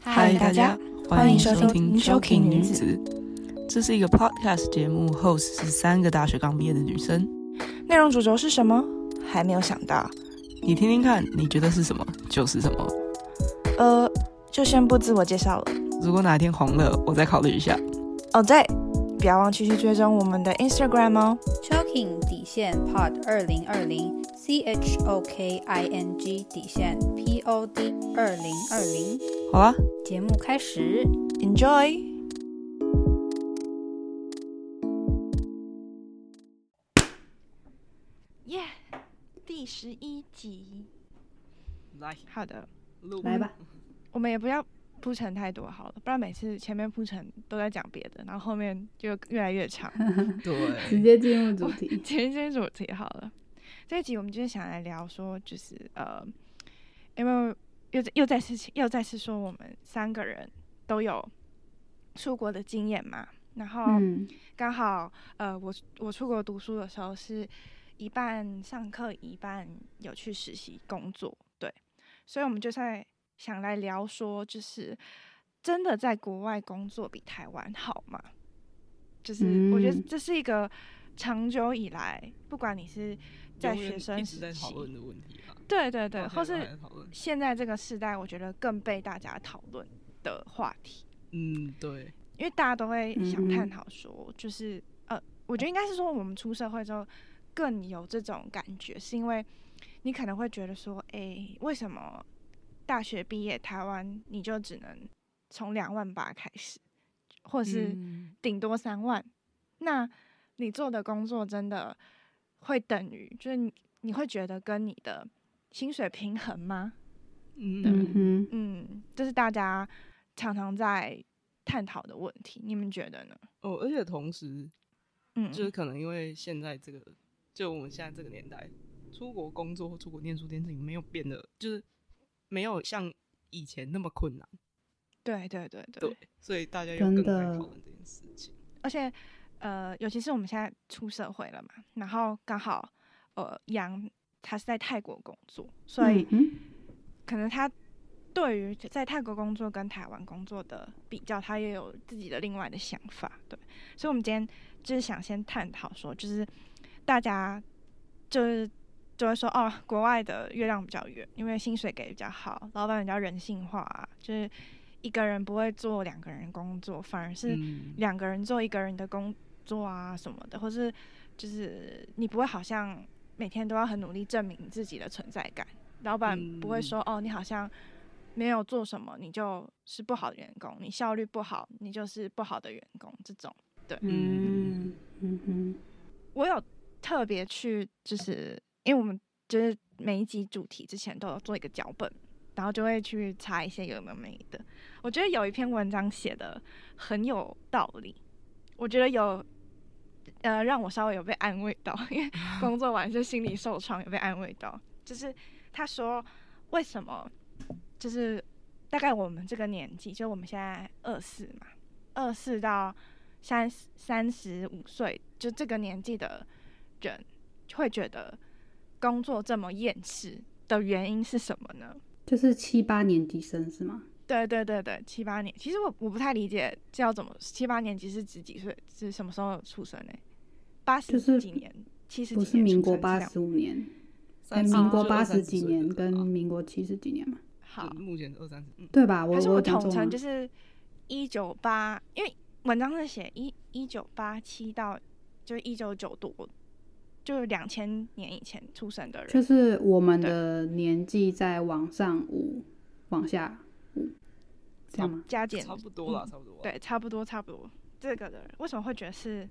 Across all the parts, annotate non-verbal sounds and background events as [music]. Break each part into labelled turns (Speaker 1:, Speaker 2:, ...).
Speaker 1: 嗨，大家，欢迎收听《Joking 女子》，这是一个 podcast 节目，host 是三个大学刚毕业的女生。
Speaker 2: 内容主轴是什么？还没有想到。
Speaker 1: 你听听看，你觉得是什么就是什么。
Speaker 2: 呃，就先不自我介绍了。
Speaker 1: 如果哪天红了，我再考虑一下。
Speaker 2: 哦，对，不要忘记去追踪我们的 Instagram 哦。
Speaker 3: Choking 底线 Pod 二零二零 C H O K I N G 底线 P O D 二零二零。
Speaker 1: 好啦，
Speaker 3: 节目开始，
Speaker 2: Enjoy。
Speaker 4: 耶第十一集。
Speaker 1: 来
Speaker 4: 好的，
Speaker 1: 录
Speaker 3: 来吧。
Speaker 4: 我们也不要铺陈太多好了，不然每次前面铺陈都在讲别的，然后后面就越来越长。
Speaker 3: 直
Speaker 1: 对，
Speaker 3: 接进入主题。
Speaker 4: 今天主题好了，这一集我们就是想来聊说，就是呃，因为又又再次又再次说我们三个人都有出国的经验嘛，然后
Speaker 3: 嗯，
Speaker 4: 刚好呃，我我出国读书的时候是一半上课，一半有去实习工作，对，所以我们就在想来聊说，就是真的在国外工作比台湾好吗？就是我觉得
Speaker 3: 嗯
Speaker 4: 这是一个长久以来，不管你是在
Speaker 1: 永远
Speaker 4: 学生
Speaker 1: 一直
Speaker 4: 时
Speaker 1: 在讨论
Speaker 4: 期，
Speaker 1: 的问题啊，
Speaker 4: 对对对，
Speaker 1: 到
Speaker 4: 或
Speaker 1: 现在都还
Speaker 4: 是
Speaker 1: 在讨论。
Speaker 4: 现在这个时代，我觉得更被大家讨论的话题。
Speaker 1: 嗯，对，
Speaker 4: 因为大家都会想探
Speaker 3: 嗯
Speaker 4: 讨说，就是呃，我觉得应该是说我们出社会之后更有这种感觉，是因为你可能会觉得说，诶，为什么大学毕业台湾你就只能从两万八开始，或是
Speaker 1: 嗯
Speaker 4: 顶多三万？那你做的工作真的会等于就是你你会觉得跟你的薪水平衡吗？
Speaker 3: 嗯
Speaker 1: 嗯，
Speaker 3: 哼，
Speaker 4: 嗯，这是大家常常在探讨的问题，你们觉得呢？
Speaker 1: 哦，而且同时，
Speaker 4: 嗯，
Speaker 1: 就是可能因为现在这个，就我们现在这个年代，出国工作或出国念书这件事情没有变得，就是没有像以前那么困难。
Speaker 4: 对对对对，
Speaker 1: 对，所以大家又更
Speaker 3: 真
Speaker 1: 在
Speaker 3: 的
Speaker 1: 讨论这件事情。
Speaker 4: 而且呃，尤其是我们现在出社会了嘛，然后刚好呃，杨他是在泰国工作，所以
Speaker 3: 嗯
Speaker 4: 可能他对于在泰国工作跟台湾工作的比较，他也有自己的另外的想法。对，所以我们今天就是想先探讨说，就是大家就是。就会说哦，国外的月亮比较圆，因为薪水给得比较好，老板比较人性化、啊，就是一个人不会做两个人工作，反而是
Speaker 1: 嗯，
Speaker 4: 两个人做一个人的工作啊什么的，或是就是你不会好像每天都要很努力证明你自己的存在感，老板不会
Speaker 1: 嗯
Speaker 4: 说、哦你好像没有做什么你就是不好的员工，你效率不好你就是不好的员工这种。
Speaker 3: 嗯嗯哼，
Speaker 4: 我有特别去，就是因为我们就是每一集主题之前都有做一个脚本，然后就会去查一些有没有没的。我觉得有一篇文章写的很有道理，我觉得有呃让我稍微有被安慰到，因为工作完就心里受创，有被安慰到。就是他说为什么，就是大概我们这个年纪，就我们现在二四嘛，二四到三十三十五岁，就这个年纪的人会觉得工作这么厌世的原因是什么呢？
Speaker 3: 就是七八年级生是吗？
Speaker 4: 对对对对，七八年，其实我我不太理解这要怎么七八年级是指几岁，是什么时候出生呢、八十
Speaker 3: 就是
Speaker 4: 几年，七十
Speaker 3: 不
Speaker 4: 几
Speaker 3: 是
Speaker 4: 年
Speaker 3: 民
Speaker 4: 出
Speaker 3: 国
Speaker 4: 生
Speaker 3: 八
Speaker 4: 这样
Speaker 3: 十五年，跟
Speaker 1: 30
Speaker 3: 民国
Speaker 1: 就
Speaker 3: 八
Speaker 1: 30
Speaker 3: 十几
Speaker 1: 岁的
Speaker 3: 年
Speaker 1: 时候
Speaker 3: 跟
Speaker 1: 啊
Speaker 3: 民国七十几年嘛，
Speaker 4: 好
Speaker 1: 就，目前二三十，嗯，
Speaker 3: 对吧？我
Speaker 4: 还是我
Speaker 3: 我讲
Speaker 4: 统
Speaker 3: 错
Speaker 4: 称
Speaker 3: 吗
Speaker 4: 就？是一九八，因为文章是写一一九八七到就是一九九多，就是两千年以前出生的人，
Speaker 3: 就是我们
Speaker 4: 对
Speaker 3: 的年纪在往上五，往下五，这样吗？
Speaker 4: 加减
Speaker 1: 差不多啦，
Speaker 4: 嗯
Speaker 1: 差不多啦。啊
Speaker 4: 对，差不多差不多。这个的人为什么会觉得是，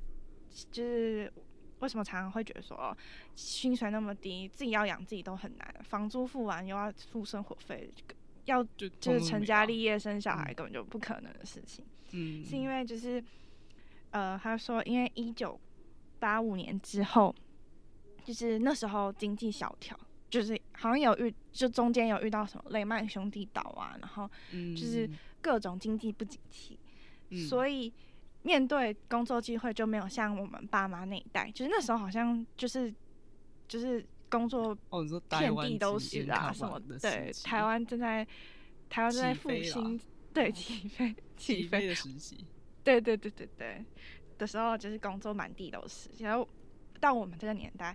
Speaker 4: 就是为什么常常会觉得说，哦，薪水那么低，自己要养自己都很难，房租付完又要付生活费，要
Speaker 1: 就
Speaker 4: 就
Speaker 1: 通
Speaker 4: 是
Speaker 1: 通
Speaker 4: 成
Speaker 1: 没
Speaker 4: 家
Speaker 1: 啊，
Speaker 4: 立业生小孩
Speaker 1: 嗯
Speaker 4: 根本就不可能的事情。
Speaker 1: 嗯，
Speaker 4: 是因为就是，呃，他说因为一九八五年之后，就是那时候经济萧条，就是好像有遇，就中间有遇到什么雷曼兄弟倒啊，然后
Speaker 1: 嗯
Speaker 4: 就是各种经济不景气，
Speaker 1: 嗯
Speaker 4: 所以面对工作机会就没有像我们爸妈那一代，就是那时候好像就是就是工作
Speaker 1: 哦，你说
Speaker 4: 遍
Speaker 1: 台湾
Speaker 4: 地都
Speaker 1: 之
Speaker 4: 是
Speaker 1: 间
Speaker 4: 啊，
Speaker 1: 看
Speaker 4: 什么
Speaker 1: 完的
Speaker 4: 对
Speaker 1: 事，情
Speaker 4: 台湾正在台湾正在
Speaker 1: 起
Speaker 4: 复
Speaker 1: 飞啦
Speaker 4: 兴，对，起飞，
Speaker 1: 起
Speaker 4: 起飞
Speaker 1: 飞，的实习，
Speaker 4: 对对对对对的时候，就是工作满地都是。然后到我们这个年代，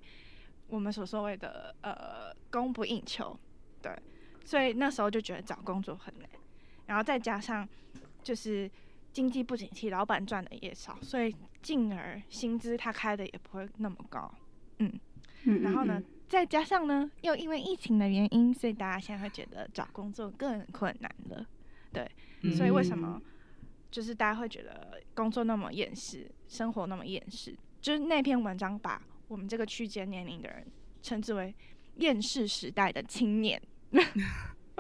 Speaker 4: 我们所所谓的呃供不应求，对，所以那时候就觉得找工作很难。然后再加上就是经济不景气，老板赚的也少，所以进而薪资他开的也不会那么高。
Speaker 3: 嗯
Speaker 4: 然后呢，再加上呢，又因为疫情的原因，所以大家现在会觉得找工作更困难了。
Speaker 1: 嗯
Speaker 4: 所以为什么就是大家会觉得工作那么厌世，生活那么厌世？就是那篇文章把我们这个区间年龄的人称之为厌世时代的青年。 [laughs]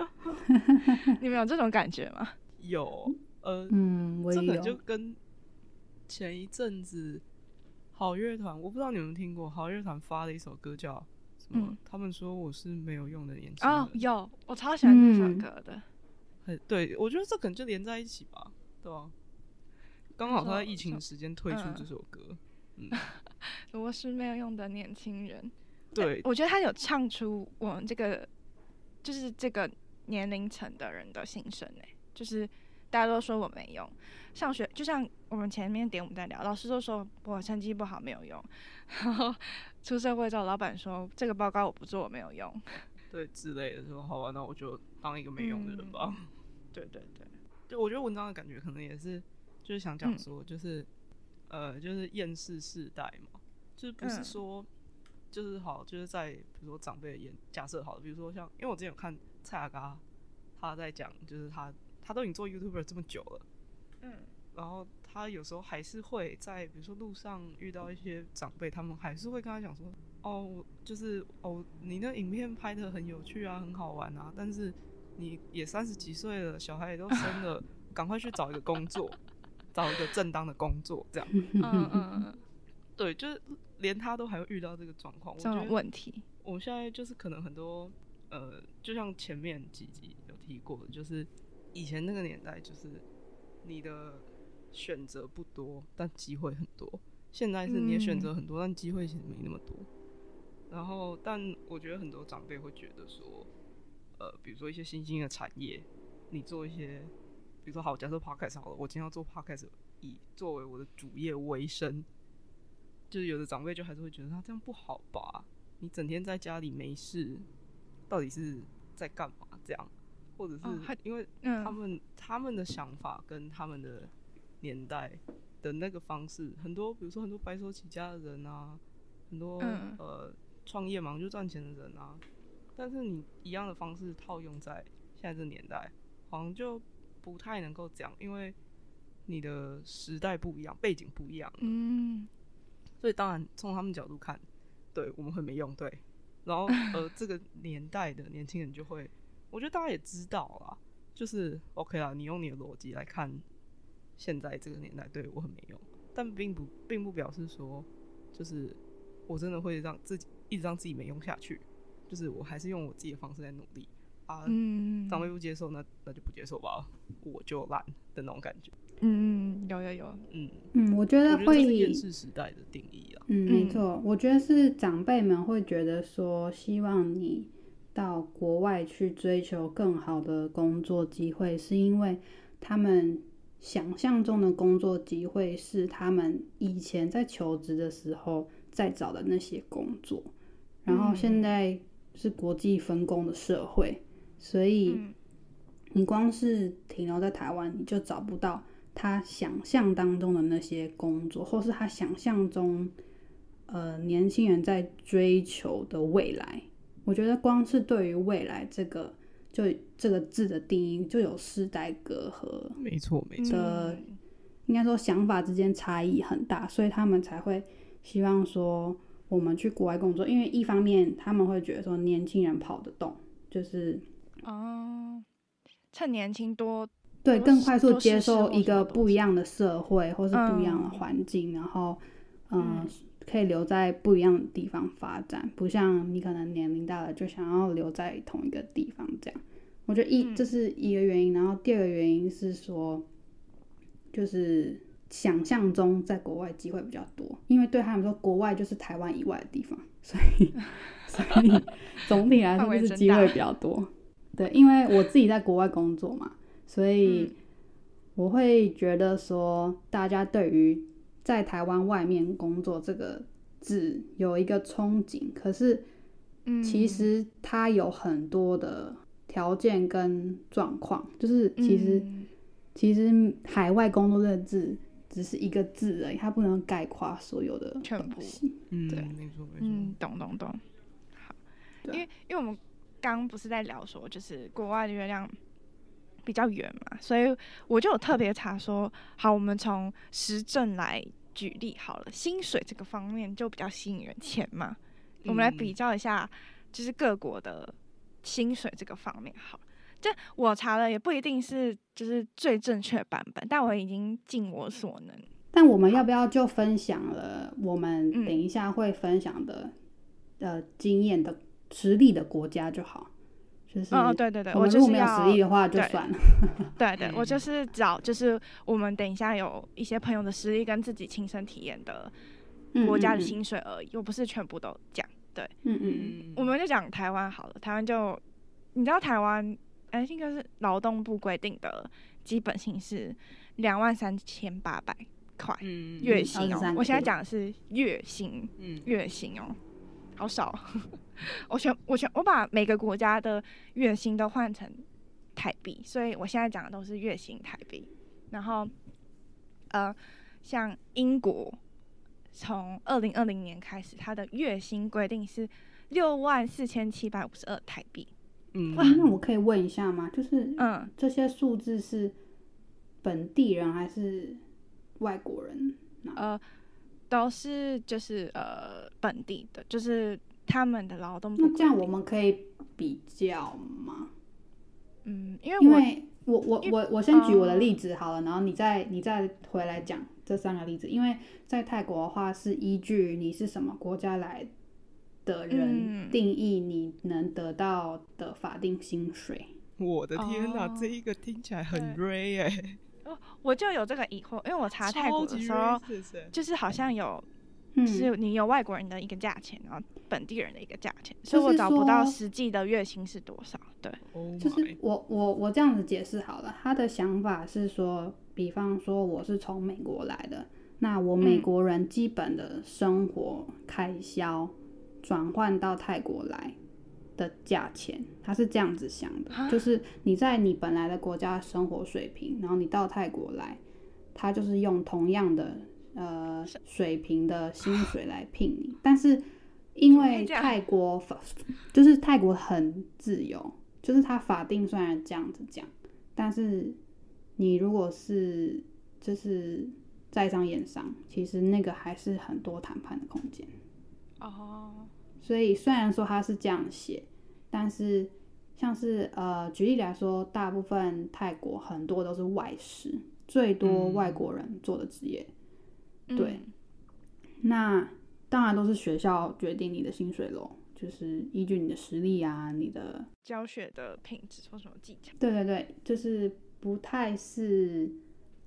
Speaker 4: 你们有这种感觉吗？
Speaker 1: 有呃，
Speaker 3: 嗯，我
Speaker 1: 这
Speaker 3: 也
Speaker 1: 可能就
Speaker 3: 有，
Speaker 1: 跟前一阵子好乐团，我不知道你们听过好乐团发的一首歌叫什么？
Speaker 4: 嗯
Speaker 1: 他们说我是没有用的年轻人。
Speaker 3: 啊
Speaker 4: 哦，有，我超喜欢这首
Speaker 3: 嗯
Speaker 4: 歌的。
Speaker 1: 很对，我觉得这可能就连在一起吧，对吧、刚好他在疫情的时间退出
Speaker 4: 嗯
Speaker 1: 这首歌，
Speaker 4: 我是没有用的年轻人。
Speaker 1: 对，
Speaker 4: 我觉得他有唱出我们这个，就是这个年龄层的人的心声哎、就是大家都说我没用，上学就像我们前面点我们在聊，老师都说我成绩不好没有用，然后出社会之后，老板说这个报告我不做我没有用，
Speaker 1: 对之类的，说好吧，那我就当一个没用的
Speaker 3: 嗯
Speaker 1: 人吧。
Speaker 4: 对对对，
Speaker 1: 对，我觉得文章的感觉可能也是，就是想讲
Speaker 4: 嗯
Speaker 1: 说，就是、呃，就是厌世世代嘛，就是不是
Speaker 4: 嗯
Speaker 1: 说，就是好，就是在比如说长辈的眼假设好了，比如说像，因为我之前有看蔡雅嘎，他在讲，就是他他都已经做 YouTuber 这么久了，
Speaker 4: 嗯，
Speaker 1: 然后他有时候还是会在比如说路上遇到一些长辈，他们还是会跟他讲说，哦，就是哦，你那影片拍的很有趣啊，很好玩啊，但是你也三十几岁了，小孩也都生了，赶快去找一个工作，找一个正当的工作，这样 [laughs]
Speaker 4: 嗯嗯，
Speaker 1: 对，就是连他都还会遇到这个状 [laughs] 况。我
Speaker 4: 这
Speaker 1: 觉
Speaker 4: 种
Speaker 1: 得
Speaker 4: 问题，
Speaker 1: 我现在就是可能很多呃，就像前面几集有提过的，就是以前那个年代，就是你的选择不多，但机会很多。现在是你的选择很多，但机会其实没那么多。然后，但我觉得很多长辈会觉得说，呃，比如说一些新兴的产业，你做一些，比如说好，假设 podcast 好了，我今天要做 podcast，以作为我的主业为生，就是有的长辈就还是会觉得他这样不好吧？你整天在家里没事，到底是在干嘛？这样，或者是
Speaker 4: 哦还
Speaker 1: 因为他
Speaker 4: 嗯
Speaker 1: 们他们的想法跟他们的年代的那个方式，很多比如说很多白手起家的人啊，很多、
Speaker 4: 嗯
Speaker 1: 呃创业忙就赚钱的人啊，但是你一样的方式套用在现在这个年代，好像就不太能够讲，因为你的时代不一样，背景不一样，
Speaker 4: 嗯，
Speaker 1: 所以当然从他们角度看，对我们很没用，对。然后呃，这个年代的年轻人就会，我觉得大家也知道啦，就是 OK 啦，你用你的逻辑来看现在这个年代对我很没用，但并不并不表示说，就是我真的会让自己一直让自己没用下去，就是我还是用我自己的方式在努力啊。
Speaker 4: 嗯，
Speaker 1: 长辈不接受，那那就不接受吧，我就懒的那种感觉。
Speaker 4: 嗯，有有有，
Speaker 1: 嗯，
Speaker 3: 嗯，我觉
Speaker 1: 我
Speaker 3: 得
Speaker 1: 觉得这
Speaker 3: 会
Speaker 1: 是厌世时代的定义啊。
Speaker 3: 嗯，没
Speaker 4: 嗯
Speaker 3: 错，我觉得是长辈们会觉得说，希望你到国外去追求更好的工作机会，是因为他们想象中的工作机会是他们以前在求职的时候在找的那些工作，然后现在是国际分工的社会，所以
Speaker 4: 嗯
Speaker 3: 你光是停留在台湾，你就找不到他想象当中的那些工作，或是他想象中呃年轻人在追求的未来。我觉得光是对于未来这个就这个字的定义，就有世代隔阂，
Speaker 1: 没错，没
Speaker 3: 的
Speaker 4: 嗯
Speaker 3: 应该说想法之间差异很大，所以他们才会希望说我们去国外工作，因为一方面他们会觉得说年轻人跑得动，就是
Speaker 4: 哦，趁年轻多
Speaker 3: 对，
Speaker 4: 多
Speaker 3: 更
Speaker 4: 试
Speaker 3: 快速
Speaker 4: 多试
Speaker 3: 接
Speaker 4: 试
Speaker 3: 受
Speaker 4: 或
Speaker 3: 一
Speaker 4: 什么
Speaker 3: 个
Speaker 4: 东
Speaker 3: 不一
Speaker 4: 西
Speaker 3: 样的社会或是不一样的
Speaker 4: 嗯
Speaker 3: 环境，然后，嗯、
Speaker 4: 嗯
Speaker 3: 可以留在不一样的地方发展，不像你可能年龄大了就想要留在同一个地方这样。我觉得一、这
Speaker 4: 嗯
Speaker 3: 是一个原因，然后第二个原因是说，就是想象中在国外机会比较多，因为对他们说国外就是台湾以外的地方，所以所以总体来
Speaker 4: 范
Speaker 3: 说
Speaker 4: 围
Speaker 3: 就是
Speaker 4: 真
Speaker 3: 机
Speaker 4: 大
Speaker 3: 会比较多。对，因为我自己在国外工作嘛，所以
Speaker 4: 嗯
Speaker 3: 我会觉得说，大家对于在台湾外面工作这个字有一个憧憬，可是
Speaker 4: 嗯
Speaker 3: 其实它有很多的条件跟状况，就是其实、
Speaker 4: 嗯
Speaker 3: 其实海外工作这个字只是一个字而已，它不能概括所有的
Speaker 4: 全部
Speaker 3: 东西。
Speaker 1: 嗯，
Speaker 3: 对
Speaker 1: 没错没错，
Speaker 4: 嗯，懂懂懂。好，因
Speaker 3: 对啊
Speaker 4: 为因为我们刚刚不是在聊说，就是国外的月亮比较圆嘛，所以我就有特别查说，好，我们从实证来举例好了，薪水这个方面就比较吸引人，钱嘛，我们来比
Speaker 1: 嗯
Speaker 4: 较一下，就是各国的薪水这个方面好了。这我查了也不一定是就是最正确的版本，但我已经尽我所能。
Speaker 3: 但我们要不要就分享了我们
Speaker 4: 嗯
Speaker 3: 等一下会分享的、呃经验的实力的国家就好？就是
Speaker 4: 哦，对对对，
Speaker 3: 我
Speaker 4: 我
Speaker 3: 们
Speaker 4: 就
Speaker 3: 如果
Speaker 4: 是
Speaker 3: 没有
Speaker 4: 要
Speaker 3: 实力的话就
Speaker 4: 对
Speaker 3: 算了。
Speaker 4: 对对，我就
Speaker 1: 嗯
Speaker 4: 是找就是我们等一下有一些朋友的实力跟自己亲身体验的国家的
Speaker 3: 嗯
Speaker 4: 薪水而已，我不是全部都讲。对，
Speaker 3: 嗯嗯嗯，
Speaker 1: 嗯，
Speaker 4: 我们就讲台湾好了，台湾就你知道台湾哎应该是劳动部规定的基本薪是两万三千八百块
Speaker 1: 嗯嗯
Speaker 4: 月薪哦
Speaker 3: 23，
Speaker 4: 我现在
Speaker 3: K
Speaker 4: 讲的是月薪，
Speaker 1: 嗯
Speaker 4: 月薪哦，好少。 [laughs] 我全我全我把每个国家的月薪都换成台币，所以我现在讲的都是月薪台币。然后，呃，像英国从二零二零年开始，它的月薪规定是六万四千七百五十二台币。
Speaker 1: 嗯
Speaker 3: 哇，那我可以问一下吗？就是
Speaker 4: 嗯，
Speaker 3: 这些数字是本地人还是外国人拿？
Speaker 4: 呃，都是就是呃本地的，就是他们的劳动部
Speaker 3: 那
Speaker 4: 规定。
Speaker 3: 这样我们可以比较吗？
Speaker 4: 嗯，因为
Speaker 3: 因
Speaker 4: 我
Speaker 3: 为我我
Speaker 4: 因
Speaker 3: 我我先举我的
Speaker 4: 嗯
Speaker 3: 例子好了，然后你再你再回来讲这三个例子。因为在泰国的话，是依据你是什么国家来的人
Speaker 4: 嗯
Speaker 3: 定义你能得到的法定薪水。
Speaker 1: 我的天哪，
Speaker 4: 哦
Speaker 1: 这一个听起来很
Speaker 4: 对
Speaker 1: ray 哎，
Speaker 4: 我就有这个疑惑，因为我查泰
Speaker 1: 超
Speaker 4: 国的
Speaker 1: 级
Speaker 4: 时候
Speaker 1: racist 欸
Speaker 4: 就是好像有，
Speaker 3: 嗯，
Speaker 4: 就是你有外国人的一个价钱，然后本地人的一个价钱，
Speaker 3: 就
Speaker 4: 所以我
Speaker 3: 是
Speaker 4: 找不到
Speaker 3: 说
Speaker 4: 实际的月薪是多少。对，
Speaker 1: ，Oh
Speaker 3: 就是
Speaker 1: my，
Speaker 3: 我我我这样子解释好了，他的想法是说，比方说我是从美国来的，那我美
Speaker 4: 嗯
Speaker 3: 国人基本的生活开销转换到泰国来的价钱，他是这样子想的，
Speaker 4: 啊
Speaker 3: 就是你在你本来的国家生活水平，然后你到泰国来，他就是用同样的呃水平的薪水来聘你，但是因
Speaker 4: 么会
Speaker 3: 为
Speaker 4: 这样
Speaker 3: 泰国法就是泰国很自由，就是它法定虽然这样子讲，但是你如果是就是在商言商，其实那个还是很多谈判的空间。
Speaker 4: 哦，
Speaker 3: 所以虽然说他是这样写，但是像是呃，举例来说，大部分泰国很多都是外食，最多
Speaker 1: 嗯
Speaker 3: 外国人做的职业，对，
Speaker 4: 嗯
Speaker 3: 那当然都是学校决定你的薪水喽，就是依据你的实力啊，你的
Speaker 4: 教学的品质或什么技巧，
Speaker 3: 对对对，就是不太是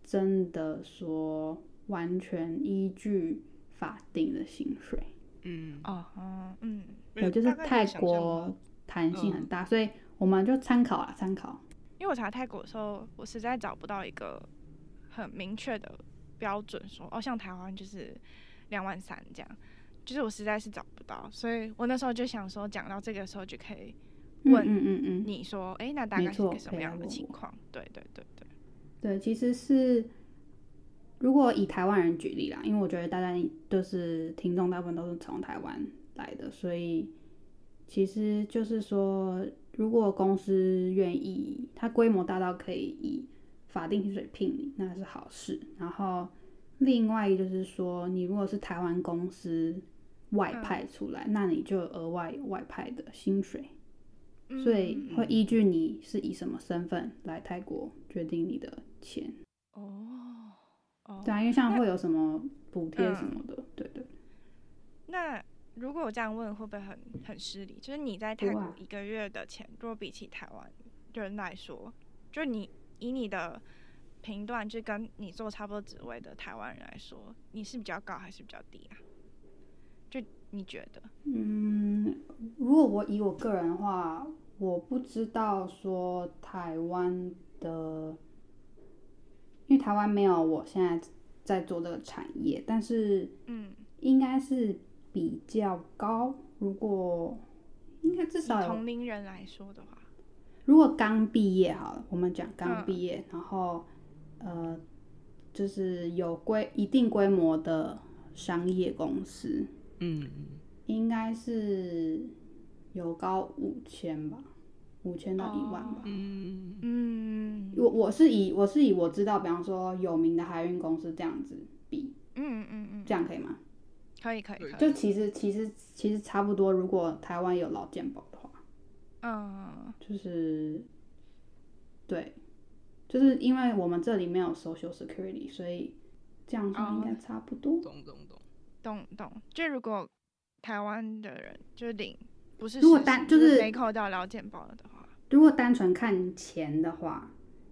Speaker 3: 真的说完全依据法定的薪水。
Speaker 1: 嗯，
Speaker 4: 哦，嗯嗯，
Speaker 1: 没
Speaker 3: 对，
Speaker 1: 有
Speaker 3: 就是
Speaker 1: 大概可
Speaker 3: 泰
Speaker 1: 以想象
Speaker 3: 国
Speaker 1: 吧
Speaker 3: 弹性很
Speaker 1: 嗯
Speaker 3: 大，所以我们就参考啦，啊参考。
Speaker 4: 因为我查泰国的时候，我实在找不到一个很明确的标准说哦，像台湾就是两万三这样，就是我实在是找不到，所以我那时候就想说，讲到这个时候就可以
Speaker 3: 嗯
Speaker 4: 问
Speaker 3: 嗯嗯嗯，
Speaker 4: 你说，哎、那大
Speaker 3: 没
Speaker 4: 概是
Speaker 3: 错
Speaker 4: 个什
Speaker 3: 可
Speaker 4: 么
Speaker 3: 以来
Speaker 4: 样的
Speaker 3: 问
Speaker 4: 情
Speaker 3: 我
Speaker 4: 况？对对对对，
Speaker 3: 对，其实是如果以台湾人举例啦，因为我觉得大家就是听众大部分都是从台湾来的，所以其实就是说，如果公司愿意，它规模大到可以以法定薪水聘你，那是好事。然后另外就是说，你如果是台湾公司外
Speaker 4: 嗯
Speaker 3: 派出来，那你就有额外外派的薪水。所
Speaker 4: 嗯
Speaker 3: 以会依据你是以什么身份来泰国决定你的钱。
Speaker 4: 哦，哦，
Speaker 3: 对啊，因为像会有什么补贴
Speaker 4: 嗯
Speaker 3: 什么的，对对。
Speaker 4: 那如果我这样问，会不会很很失礼？就是你在泰
Speaker 3: 不
Speaker 4: 国
Speaker 3: 啊
Speaker 4: 一个月的钱，如果比起台湾人来说，就你以你的评断，就跟你做差不多职位的台湾人来说，你是比较高还是比较低啊？就你觉得？
Speaker 3: 嗯，如果我以我个人的话，我不知道说台湾的因为台湾没有我现在在做这个产业，但是
Speaker 4: 嗯，
Speaker 3: 应该是比较高。如果应该至
Speaker 4: 以
Speaker 3: 少有
Speaker 4: 同龄人来说的话，
Speaker 3: 如果刚毕业好了，我们讲刚
Speaker 4: 嗯
Speaker 3: 毕业，然后呃，就是有规一定规模的商业公司，
Speaker 1: 嗯嗯，
Speaker 3: 应该是有高五千吧，五千到一万吧。
Speaker 4: 哦
Speaker 1: 嗯，
Speaker 4: 嗯
Speaker 3: 我我是以我是以我知道，比方说有名的海运公司这样子比，
Speaker 4: 嗯嗯嗯，
Speaker 3: 这样可以吗？
Speaker 4: 可以可以
Speaker 1: 对
Speaker 4: 可以，嗯
Speaker 3: 就其实其实其实差不多，如果台湾有劳健保的话，
Speaker 4: 嗯，
Speaker 3: 就是对，就是因为我们这里没有 social security，所以这样算应该差不多。
Speaker 1: 哦懂懂懂，
Speaker 4: 懂懂。就如果台湾的人就是领不是实薪，
Speaker 3: 如果单
Speaker 4: 就
Speaker 3: 就是
Speaker 4: 没扣到劳健保的话，
Speaker 3: 如果单纯看钱的话，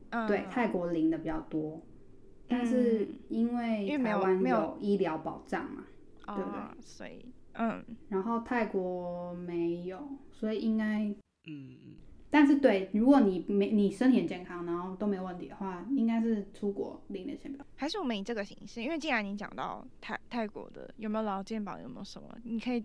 Speaker 4: 嗯，
Speaker 3: 对泰国领的比较多，但是
Speaker 4: 嗯
Speaker 3: 因为
Speaker 4: 因为没
Speaker 3: 台
Speaker 4: 有
Speaker 3: 湾
Speaker 4: 没有
Speaker 3: 有医疗保障嘛，对不对
Speaker 4: 哦，所以嗯
Speaker 3: 然后泰国没有，所以应该。
Speaker 1: 嗯嗯，
Speaker 3: 但是对，如果你没你身体很健康，然后都没问题的话，应该是出国领的钱比较
Speaker 4: 还是我们以这个形式，因为既然你讲到泰泰国的有没有劳健保，有没有什么，你可以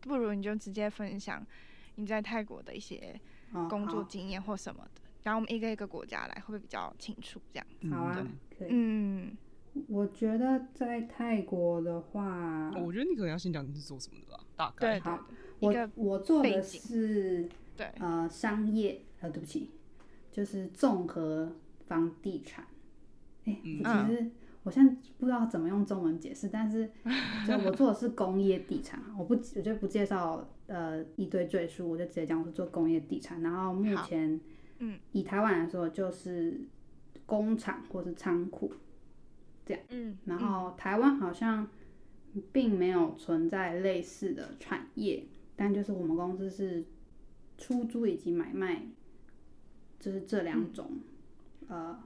Speaker 4: 不如你就直接分享你在泰国的一些
Speaker 3: 哦
Speaker 4: 工作
Speaker 3: 好
Speaker 4: 经验或什么的，然后我们一个一个国家来，会不会比较清楚？这样，
Speaker 3: 好啊
Speaker 1: 对，
Speaker 3: 可以。
Speaker 4: 嗯，
Speaker 3: 我觉得在泰国的话，
Speaker 1: 哦我觉得你可能要先讲你是做什么的吧，大概
Speaker 4: 对对
Speaker 3: 好
Speaker 4: 对，一
Speaker 3: 我
Speaker 4: 个
Speaker 3: 我做
Speaker 4: 背
Speaker 3: 的
Speaker 4: 景
Speaker 3: 是
Speaker 4: 对，
Speaker 3: 呃商业，呃对不起，就是综合房地产。哎、我
Speaker 4: 嗯
Speaker 3: 其实我现在不知道怎么用中文解释，但是就我做的是工业地产，啊我不我就不介绍呃一堆赘述，我就直接讲我是做工业地产。然后目
Speaker 4: 好
Speaker 3: 前，
Speaker 4: 嗯，
Speaker 3: 以台湾来说就是工厂或是仓库，
Speaker 4: 嗯，
Speaker 3: 然后台湾好像并没有存在类似的产业，但就是我们公司是出租以及买卖，就是这两种、呃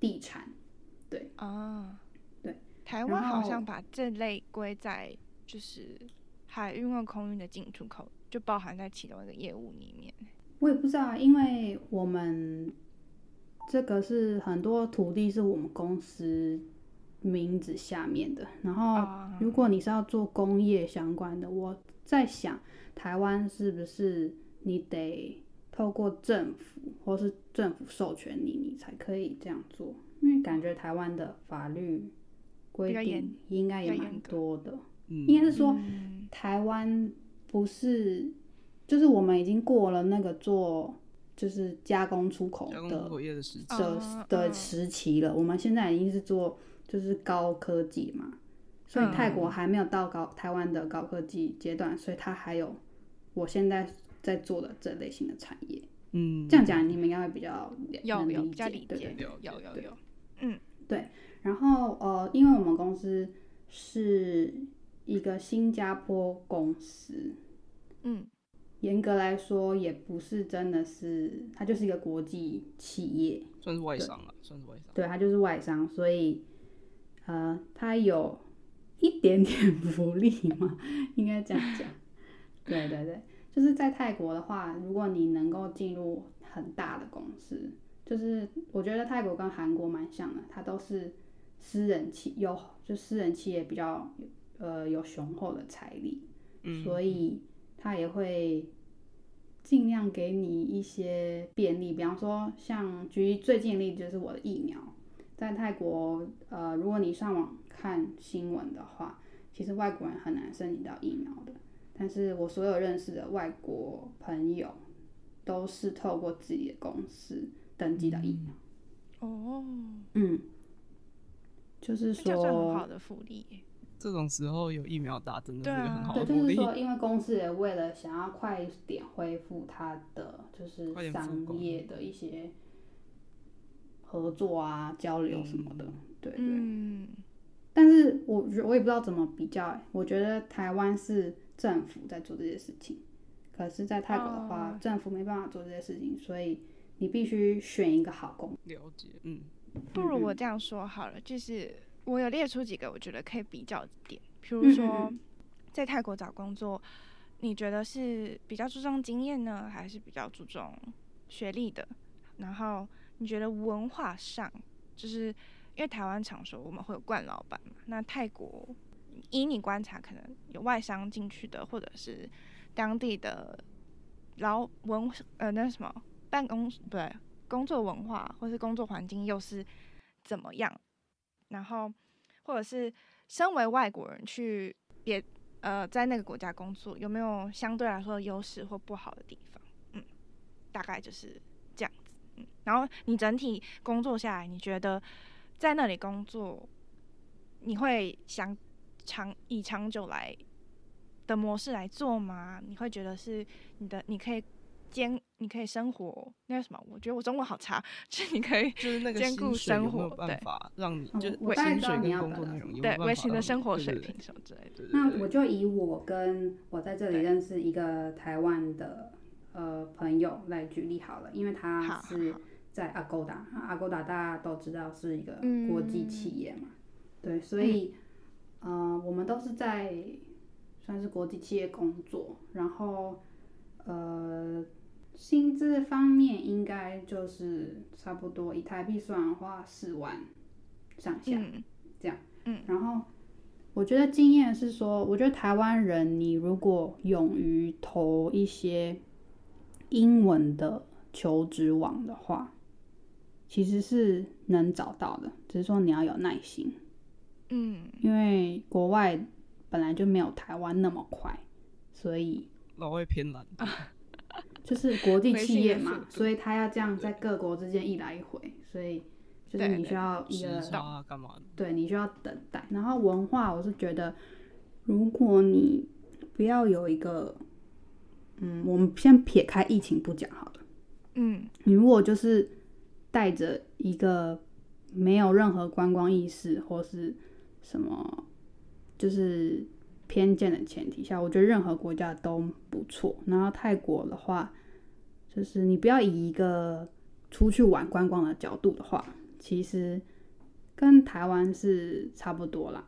Speaker 3: 地产。
Speaker 4: 啊，
Speaker 3: 对，
Speaker 4: 台湾
Speaker 3: 然
Speaker 4: 好
Speaker 3: 后
Speaker 4: 像把这类归在就是海运和空运的进出口，就包含在其中一个业务里面。
Speaker 3: 我也不知道，因为我们这个是很多土地是我们公司名字下面的，然后
Speaker 4: 啊
Speaker 3: 如果你是要做工业相关的，我在想台湾是不是你得透过政府或是政府授权你，你才可以这样做？因为感觉台湾的法律规
Speaker 4: 比较严
Speaker 3: 定应该也
Speaker 4: 比较严
Speaker 3: 蛮
Speaker 4: 格
Speaker 3: 多的，
Speaker 1: 嗯，
Speaker 3: 应该是说
Speaker 4: 嗯
Speaker 3: 台湾不是，就是我们已经过了那个做就是加工出口
Speaker 1: 加工出口
Speaker 3: 的哦
Speaker 1: 业的时期，
Speaker 3: 的
Speaker 4: 嗯
Speaker 3: 的
Speaker 4: 嗯
Speaker 3: 时期了。我们现在已经是做就是高科技嘛，所以
Speaker 4: 嗯
Speaker 3: 泰国还没有到高台湾的高科技阶段，所以它还有我现在在做的这类型的产业。
Speaker 1: 嗯，
Speaker 3: 这样讲你们应该会比较了
Speaker 4: 有
Speaker 3: 能
Speaker 4: 有
Speaker 3: 理
Speaker 4: 比较
Speaker 3: 解，
Speaker 4: 理
Speaker 3: 对不
Speaker 4: 解
Speaker 3: 对，
Speaker 4: 有有
Speaker 3: 对
Speaker 4: 有，
Speaker 3: 然后呃，因为我们公司是一个新加坡公司，
Speaker 4: 嗯
Speaker 3: 严格来说，也不是真的是，它就是一个国际企业，
Speaker 1: 算是外商了，算是外商，
Speaker 3: 对，它就是外商，所以呃，它有一点点福利嘛，应该这样讲。对对对，就是在泰国的话，如果你能够进入很大的公司，就是我觉得泰国跟韩国蛮像的，它都是私人企有，就私人企业比较呃有雄厚的财力，
Speaker 1: 嗯，
Speaker 3: 所以他也会尽量给你一些便利，比方说像举最近的例子就是我的疫苗，在泰国，呃，如果你上网看新闻的话，其实外国人很难申请到疫苗的，但是我所有认识的外国朋友都是透过自己的公司登记到疫苗，
Speaker 4: 哦，
Speaker 3: 嗯，就是
Speaker 4: 那这样算很好
Speaker 3: 说。
Speaker 4: 的福利耶。
Speaker 1: 这种时候有疫苗打，真的
Speaker 4: 对
Speaker 1: 是一个
Speaker 4: 啊
Speaker 1: 很好
Speaker 3: 对，
Speaker 1: 的
Speaker 3: 就
Speaker 1: 鼓
Speaker 3: 是
Speaker 1: 励，
Speaker 3: 说，因为公司也为了想要快一点恢复它的就是
Speaker 1: 快点复
Speaker 3: 商
Speaker 1: 工
Speaker 3: 业的一些合作啊、交流什么的，对对。
Speaker 4: 嗯，
Speaker 3: 但是我觉我也不知道怎么比较、欸，我觉得台湾是政府在做这些事情，可是，在泰国的话，
Speaker 4: 哦
Speaker 3: 政府没办法做这些事情，所以你必须选一个好公司。
Speaker 1: 了解，嗯，
Speaker 4: 不如我
Speaker 3: 嗯
Speaker 4: 这样说好了，就是我有列出几个我觉得可以比较的点，比
Speaker 3: 嗯
Speaker 4: 如
Speaker 3: 嗯
Speaker 4: 说
Speaker 3: 嗯
Speaker 4: 在泰国找工作，你觉得是比较注重经验呢，还是比较注重学历的？然后你觉得文化上，就是因为台湾常说我们会有惯老板嘛，那泰国依你观察，可能有外商进去的，或者是当地的劳文呃那什么办公不对，工作文化或是工作环境又是怎么样？然后或者是身为外国人去别呃在那个国家工作，有没有相对来说优势或不好的地方？嗯，大概就是这样子。嗯，然后你整体工作下来，你觉得在那里工作，你会想长以长久来的模式来做吗？你会觉得是你的你可以。兼你可以生活那个什么，我觉得我中文好差， [laughs] 就是你可以
Speaker 1: 就是那个
Speaker 4: 兼
Speaker 1: 薪水
Speaker 4: 顾
Speaker 1: 有
Speaker 4: 生
Speaker 1: 没有
Speaker 4: 活，对
Speaker 1: 办法让你
Speaker 3: 嗯
Speaker 1: 就是
Speaker 3: 我大概
Speaker 1: 薪
Speaker 3: 知道
Speaker 1: 水
Speaker 3: 你
Speaker 1: 跟
Speaker 3: 要
Speaker 1: 工
Speaker 3: 表
Speaker 1: 作
Speaker 3: 达
Speaker 1: 内
Speaker 3: 什么
Speaker 1: 容有没
Speaker 4: 对
Speaker 1: 有办
Speaker 4: 微
Speaker 1: 法
Speaker 4: 型的
Speaker 1: 让
Speaker 4: 生
Speaker 1: 你
Speaker 4: 活
Speaker 1: 对
Speaker 4: 水
Speaker 1: 对
Speaker 4: 平什么之类的。
Speaker 1: 对对
Speaker 3: 那
Speaker 1: 对
Speaker 3: 我就以我跟我在这里
Speaker 4: 对
Speaker 3: 认识一个台湾的呃朋友来举例好了，因为
Speaker 4: 好
Speaker 3: 他
Speaker 4: 好
Speaker 3: 是
Speaker 4: 好
Speaker 3: 在 Agoda，那 Agoda 大家都知道是一个
Speaker 4: 嗯
Speaker 3: 国际企业嘛，对，所以、呃我们都是在算是国际企业工作，然后呃薪资方面应该就是差不多以台币算的话四万上下，
Speaker 4: 嗯，
Speaker 3: 这样。
Speaker 4: 嗯
Speaker 3: 然后我觉得经验是说，我觉得台湾人你如果勇于投一些英文的求职网的话，其实是能找到的，只是说你要有耐心，
Speaker 4: 嗯，
Speaker 3: 因为国外本来就没有台湾那么快，所以
Speaker 1: 老外偏懒，
Speaker 3: 就是国际
Speaker 4: 回信
Speaker 3: 企业
Speaker 4: 的速
Speaker 3: 嘛
Speaker 4: 度，
Speaker 3: 所以他要这样在各国之间一来一回，所以就
Speaker 4: 对
Speaker 3: 是你
Speaker 4: 对
Speaker 3: 需要一个
Speaker 1: 时差啊干嘛的？
Speaker 3: 对你就要等待。然后文化，我是觉得，如果你不要有一个，嗯，我们先撇开疫情不讲好了。
Speaker 4: 嗯，
Speaker 3: 你如果就是带着一个没有任何观光意识或是什么，就是偏见的前提下，我觉得任何国家都不错。然后泰国的话，就是你不要以一个出去玩观光的角度的话，其实跟台湾是差不多啦。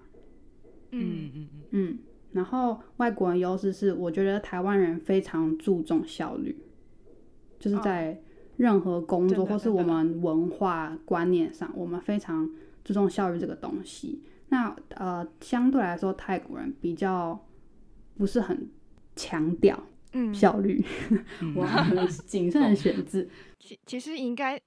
Speaker 1: 嗯
Speaker 4: 嗯，
Speaker 1: 嗯嗯，
Speaker 3: 嗯，然后外国人优势是，我觉得台湾人非常注重效率，就是
Speaker 4: 哦
Speaker 3: 在任何工作
Speaker 4: 真的
Speaker 3: 或是
Speaker 4: 真的
Speaker 3: 我们文化观念上，我们非常注重效率这个东西。那呃，相对来说，泰国人比较不是很强调
Speaker 4: 嗯，
Speaker 3: 效率，
Speaker 1: 嗯
Speaker 3: 我很谨慎的选
Speaker 4: 哦
Speaker 3: 字，
Speaker 4: 其其实应该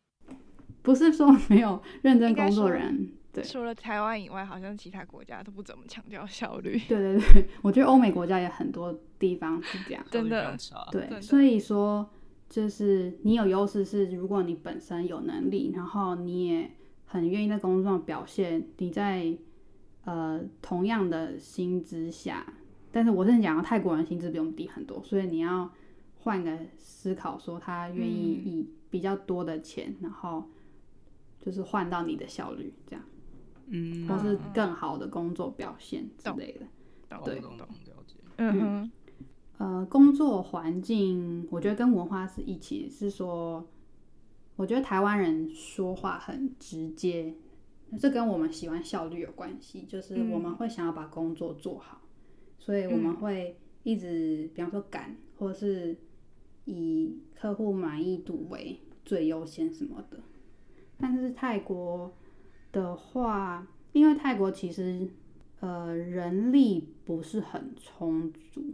Speaker 3: 不是说没有认真
Speaker 4: 应该
Speaker 3: 工作
Speaker 4: 说
Speaker 3: 人。对
Speaker 4: 除了台湾以外，好像其他国家都不怎么强调效率。
Speaker 3: 对对对，我觉得欧美国家也很多地方是这样。
Speaker 4: 真的
Speaker 1: 效率非常差，
Speaker 3: 对
Speaker 4: 真，的
Speaker 3: 所以说就是你有优势是，如果你本身有能力，然后你也很愿意在工作上表现，你在呃同样的薪资下，但是我是讲泰国人薪资比我们低很多，所以你要换个思考，说他愿意
Speaker 4: 嗯
Speaker 3: 以比较多的钱，然后就是换到你的效率这样，
Speaker 1: 嗯，
Speaker 3: 或是
Speaker 4: 嗯
Speaker 3: 更好的工作表现之
Speaker 4: 懂
Speaker 3: 类的。
Speaker 4: 懂
Speaker 1: 对，
Speaker 4: 懂
Speaker 1: 哦懂
Speaker 4: 懂。
Speaker 1: 了解，
Speaker 4: 嗯哼，
Speaker 3: 呃，工作环境，我觉得跟文化是一起，是说，我觉得台湾人说话很直接，这跟我们喜欢效率有关系，就是我们
Speaker 4: 嗯
Speaker 3: 会想要把工作做好，所以我们
Speaker 4: 嗯
Speaker 3: 会一直，比方说赶，或是以客户满意度为最优先什么的。但是泰国的话，因为泰国其实呃人力不是很充足，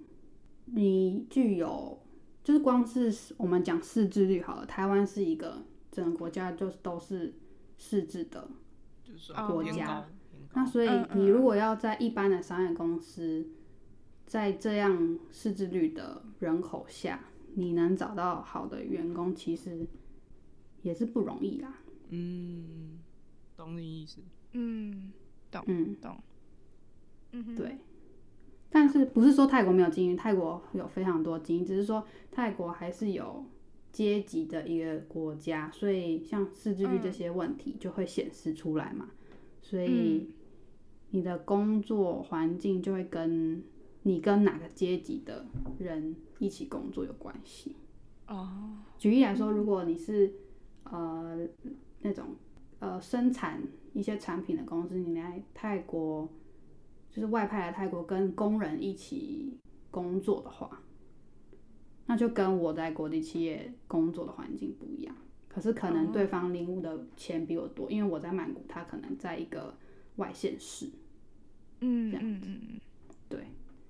Speaker 3: 你具有就是光是我们讲识字率好了，台湾是一个整个国家就是都是识字的，
Speaker 1: 就是说
Speaker 4: 国
Speaker 1: 偏
Speaker 3: 家
Speaker 1: 高偏高
Speaker 3: 那所以
Speaker 4: 嗯
Speaker 3: 你如
Speaker 4: 嗯
Speaker 3: 果要在一般的商业公司，在这样识字率的人口下，你能找到好的员工，其实也是不容易啦。
Speaker 1: 嗯，懂你意思，
Speaker 4: 嗯
Speaker 3: 嗯，
Speaker 4: 嗯哼，
Speaker 3: 对。但是不是说泰国没有精英？泰国有非常多精英，只是说泰国还是有阶级的一个国家，所以像识字率这
Speaker 4: 嗯
Speaker 3: 些问题就会显示出来嘛。所
Speaker 4: 嗯
Speaker 3: 以你的工作环境就会跟你跟哪个阶级的人一起工作有关系。
Speaker 4: 哦，
Speaker 3: 举例来说，如果你是呃那种呃生产一些产品的公司，你来泰国就是外派来泰国跟工人一起工作的话，那就跟我在国际企业工作的环境不一样。可是可能
Speaker 4: 哦
Speaker 3: 对方领悟的钱比我多，因为我在曼谷，他可能在一个外县市。
Speaker 4: 嗯
Speaker 3: 这样
Speaker 4: 嗯嗯嗯，
Speaker 3: 对，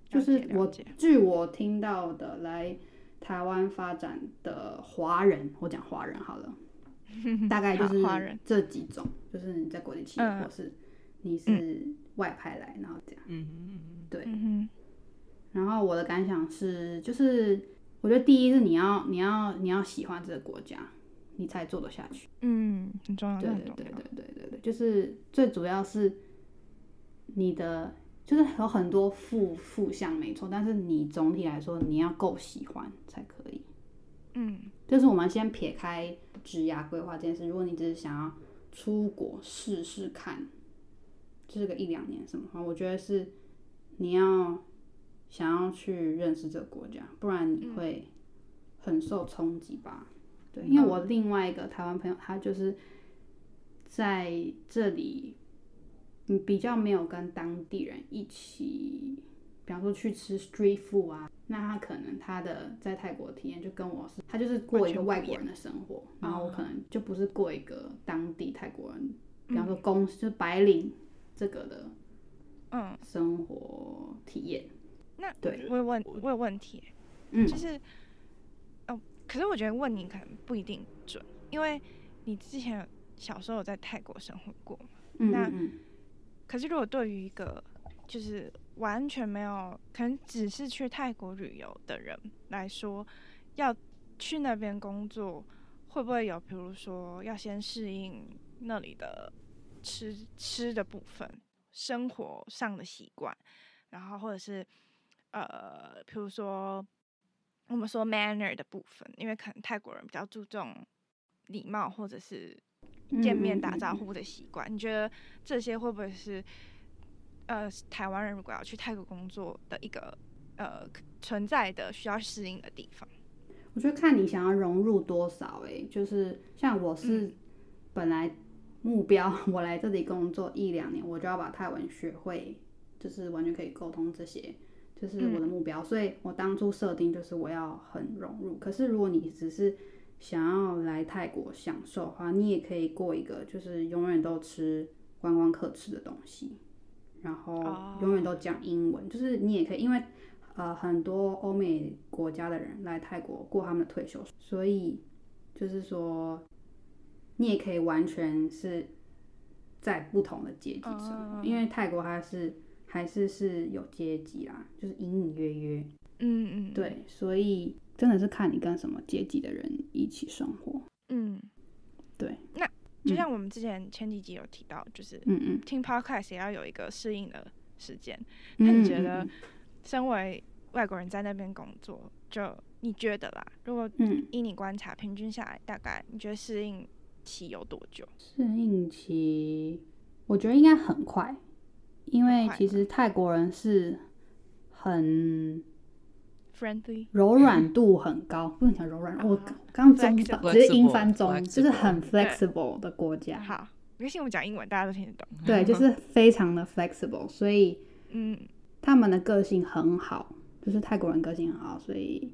Speaker 3: 就
Speaker 4: 了解
Speaker 3: 是我
Speaker 4: 了解
Speaker 3: 据我听到的，来台湾发展的华人，我讲华人好了， [laughs] 大概就
Speaker 4: 好
Speaker 3: 是
Speaker 4: 嗯华人
Speaker 3: 这几种，就是你在国际企业，
Speaker 4: 嗯
Speaker 3: 或是你是外派来，然后这样。
Speaker 1: 嗯嗯
Speaker 3: 对，
Speaker 4: 嗯
Speaker 3: 然后我的感想是，就是我觉得第一是你要你要你要喜欢这个国家，你才做得下去。
Speaker 4: 哼嗯，很重要，这
Speaker 3: 对
Speaker 4: 很
Speaker 3: 对
Speaker 4: 重
Speaker 3: 对
Speaker 4: 要，
Speaker 3: 对对对对，就是最主要是你的，就是有很多负负向没错，但是你总体来说你要够喜欢才可以。
Speaker 4: 嗯
Speaker 3: 就是我们先撇开职涯规划这件事，如果你只是想要出国试试看，就是个一两年什么的话，我觉得是你要想要去认识这个国家，不然你会很受冲击吧。对，因为我另外一个台湾朋友，他就是在这里，嗯，比较没有跟当地人一起，比方说去吃 street food 啊，那他可能他的在泰国体验就跟我是，他就是过一个外国人的生活，然
Speaker 4: 嗯
Speaker 3: 后我可能就不是过一个当地泰国人，比方说公司、就是白领这个的
Speaker 4: 嗯，
Speaker 3: 生活体验。
Speaker 4: 那
Speaker 3: 对
Speaker 4: 我有问我有问题，
Speaker 3: 嗯，
Speaker 4: 就是，哦，可是我觉得问你可能不一定准，因为你之前小时候有在泰国生活过嘛。
Speaker 3: 嗯
Speaker 4: 那
Speaker 3: 嗯嗯
Speaker 4: 可是如果对于一个就是完全没有，可能只是去泰国旅游的人来说，要去那边工作，会不会有比如说要先适应那里的吃吃的部分，生活上的习惯，然后或者是呃，比如说我们说 manner 的部分，因为可能泰国人比较注重礼貌或者是见面打招呼的习惯，你觉得这些会不会是呃台湾人如果要去泰国工作的一个呃存在的需要适应的地方？
Speaker 3: 我觉得看你想要融入多少、欸，就是像我是
Speaker 4: 嗯
Speaker 3: 本来目标， [laughs] 我来这里工作一两年，我就要把泰文学会，就是完全可以沟通这些，就是我的目标。所以我当初设定就是我要很融入。可是如果你只是想要来泰国享受的话，你也可以过一个就是永远都吃观光客吃的东西，然后
Speaker 4: 哦
Speaker 3: 永远都讲英文，就是你也可以，因为呃很多欧美国家的人来泰国过他们的退休，所以就是说你也可以完全是在不同的阶级生活，
Speaker 4: 哦
Speaker 3: 因为泰国它是还是是有阶级啦，就是隐隐约约，
Speaker 4: 嗯嗯，，
Speaker 3: 对，所以真的是看你跟什么阶级的人一起生活，
Speaker 4: 嗯，
Speaker 3: 对，
Speaker 4: 就
Speaker 3: 嗯
Speaker 4: 像我们之前前几集有提到，就是
Speaker 3: 嗯嗯，
Speaker 4: 听 podcast 也要有一个适应的时间。那
Speaker 3: 嗯
Speaker 4: 你觉
Speaker 3: 嗯
Speaker 4: 得
Speaker 3: 嗯，
Speaker 4: 身为外国人在那边工作，就你觉得啦，如果
Speaker 3: 嗯，
Speaker 4: 依你观察，平均下来大概你觉得适应期有多久？
Speaker 3: 适应期，我觉得应该很快，因为
Speaker 4: 很快
Speaker 3: 其实泰国人是很
Speaker 4: friendly，
Speaker 3: 柔
Speaker 4: 嗯
Speaker 3: 软度很高，不能讲柔软，我刚刚中翻
Speaker 1: Flexible
Speaker 3: 直接英翻中，
Speaker 1: flexible
Speaker 3: 就是很
Speaker 4: 对
Speaker 3: flexible 的国家，
Speaker 4: 好，没关系，我们讲英文大家都听得懂。 [laughs]
Speaker 3: 对，就是非常的 flexible，所以
Speaker 4: 嗯，
Speaker 3: 他们的个性很好，就是泰国人个性很好，所以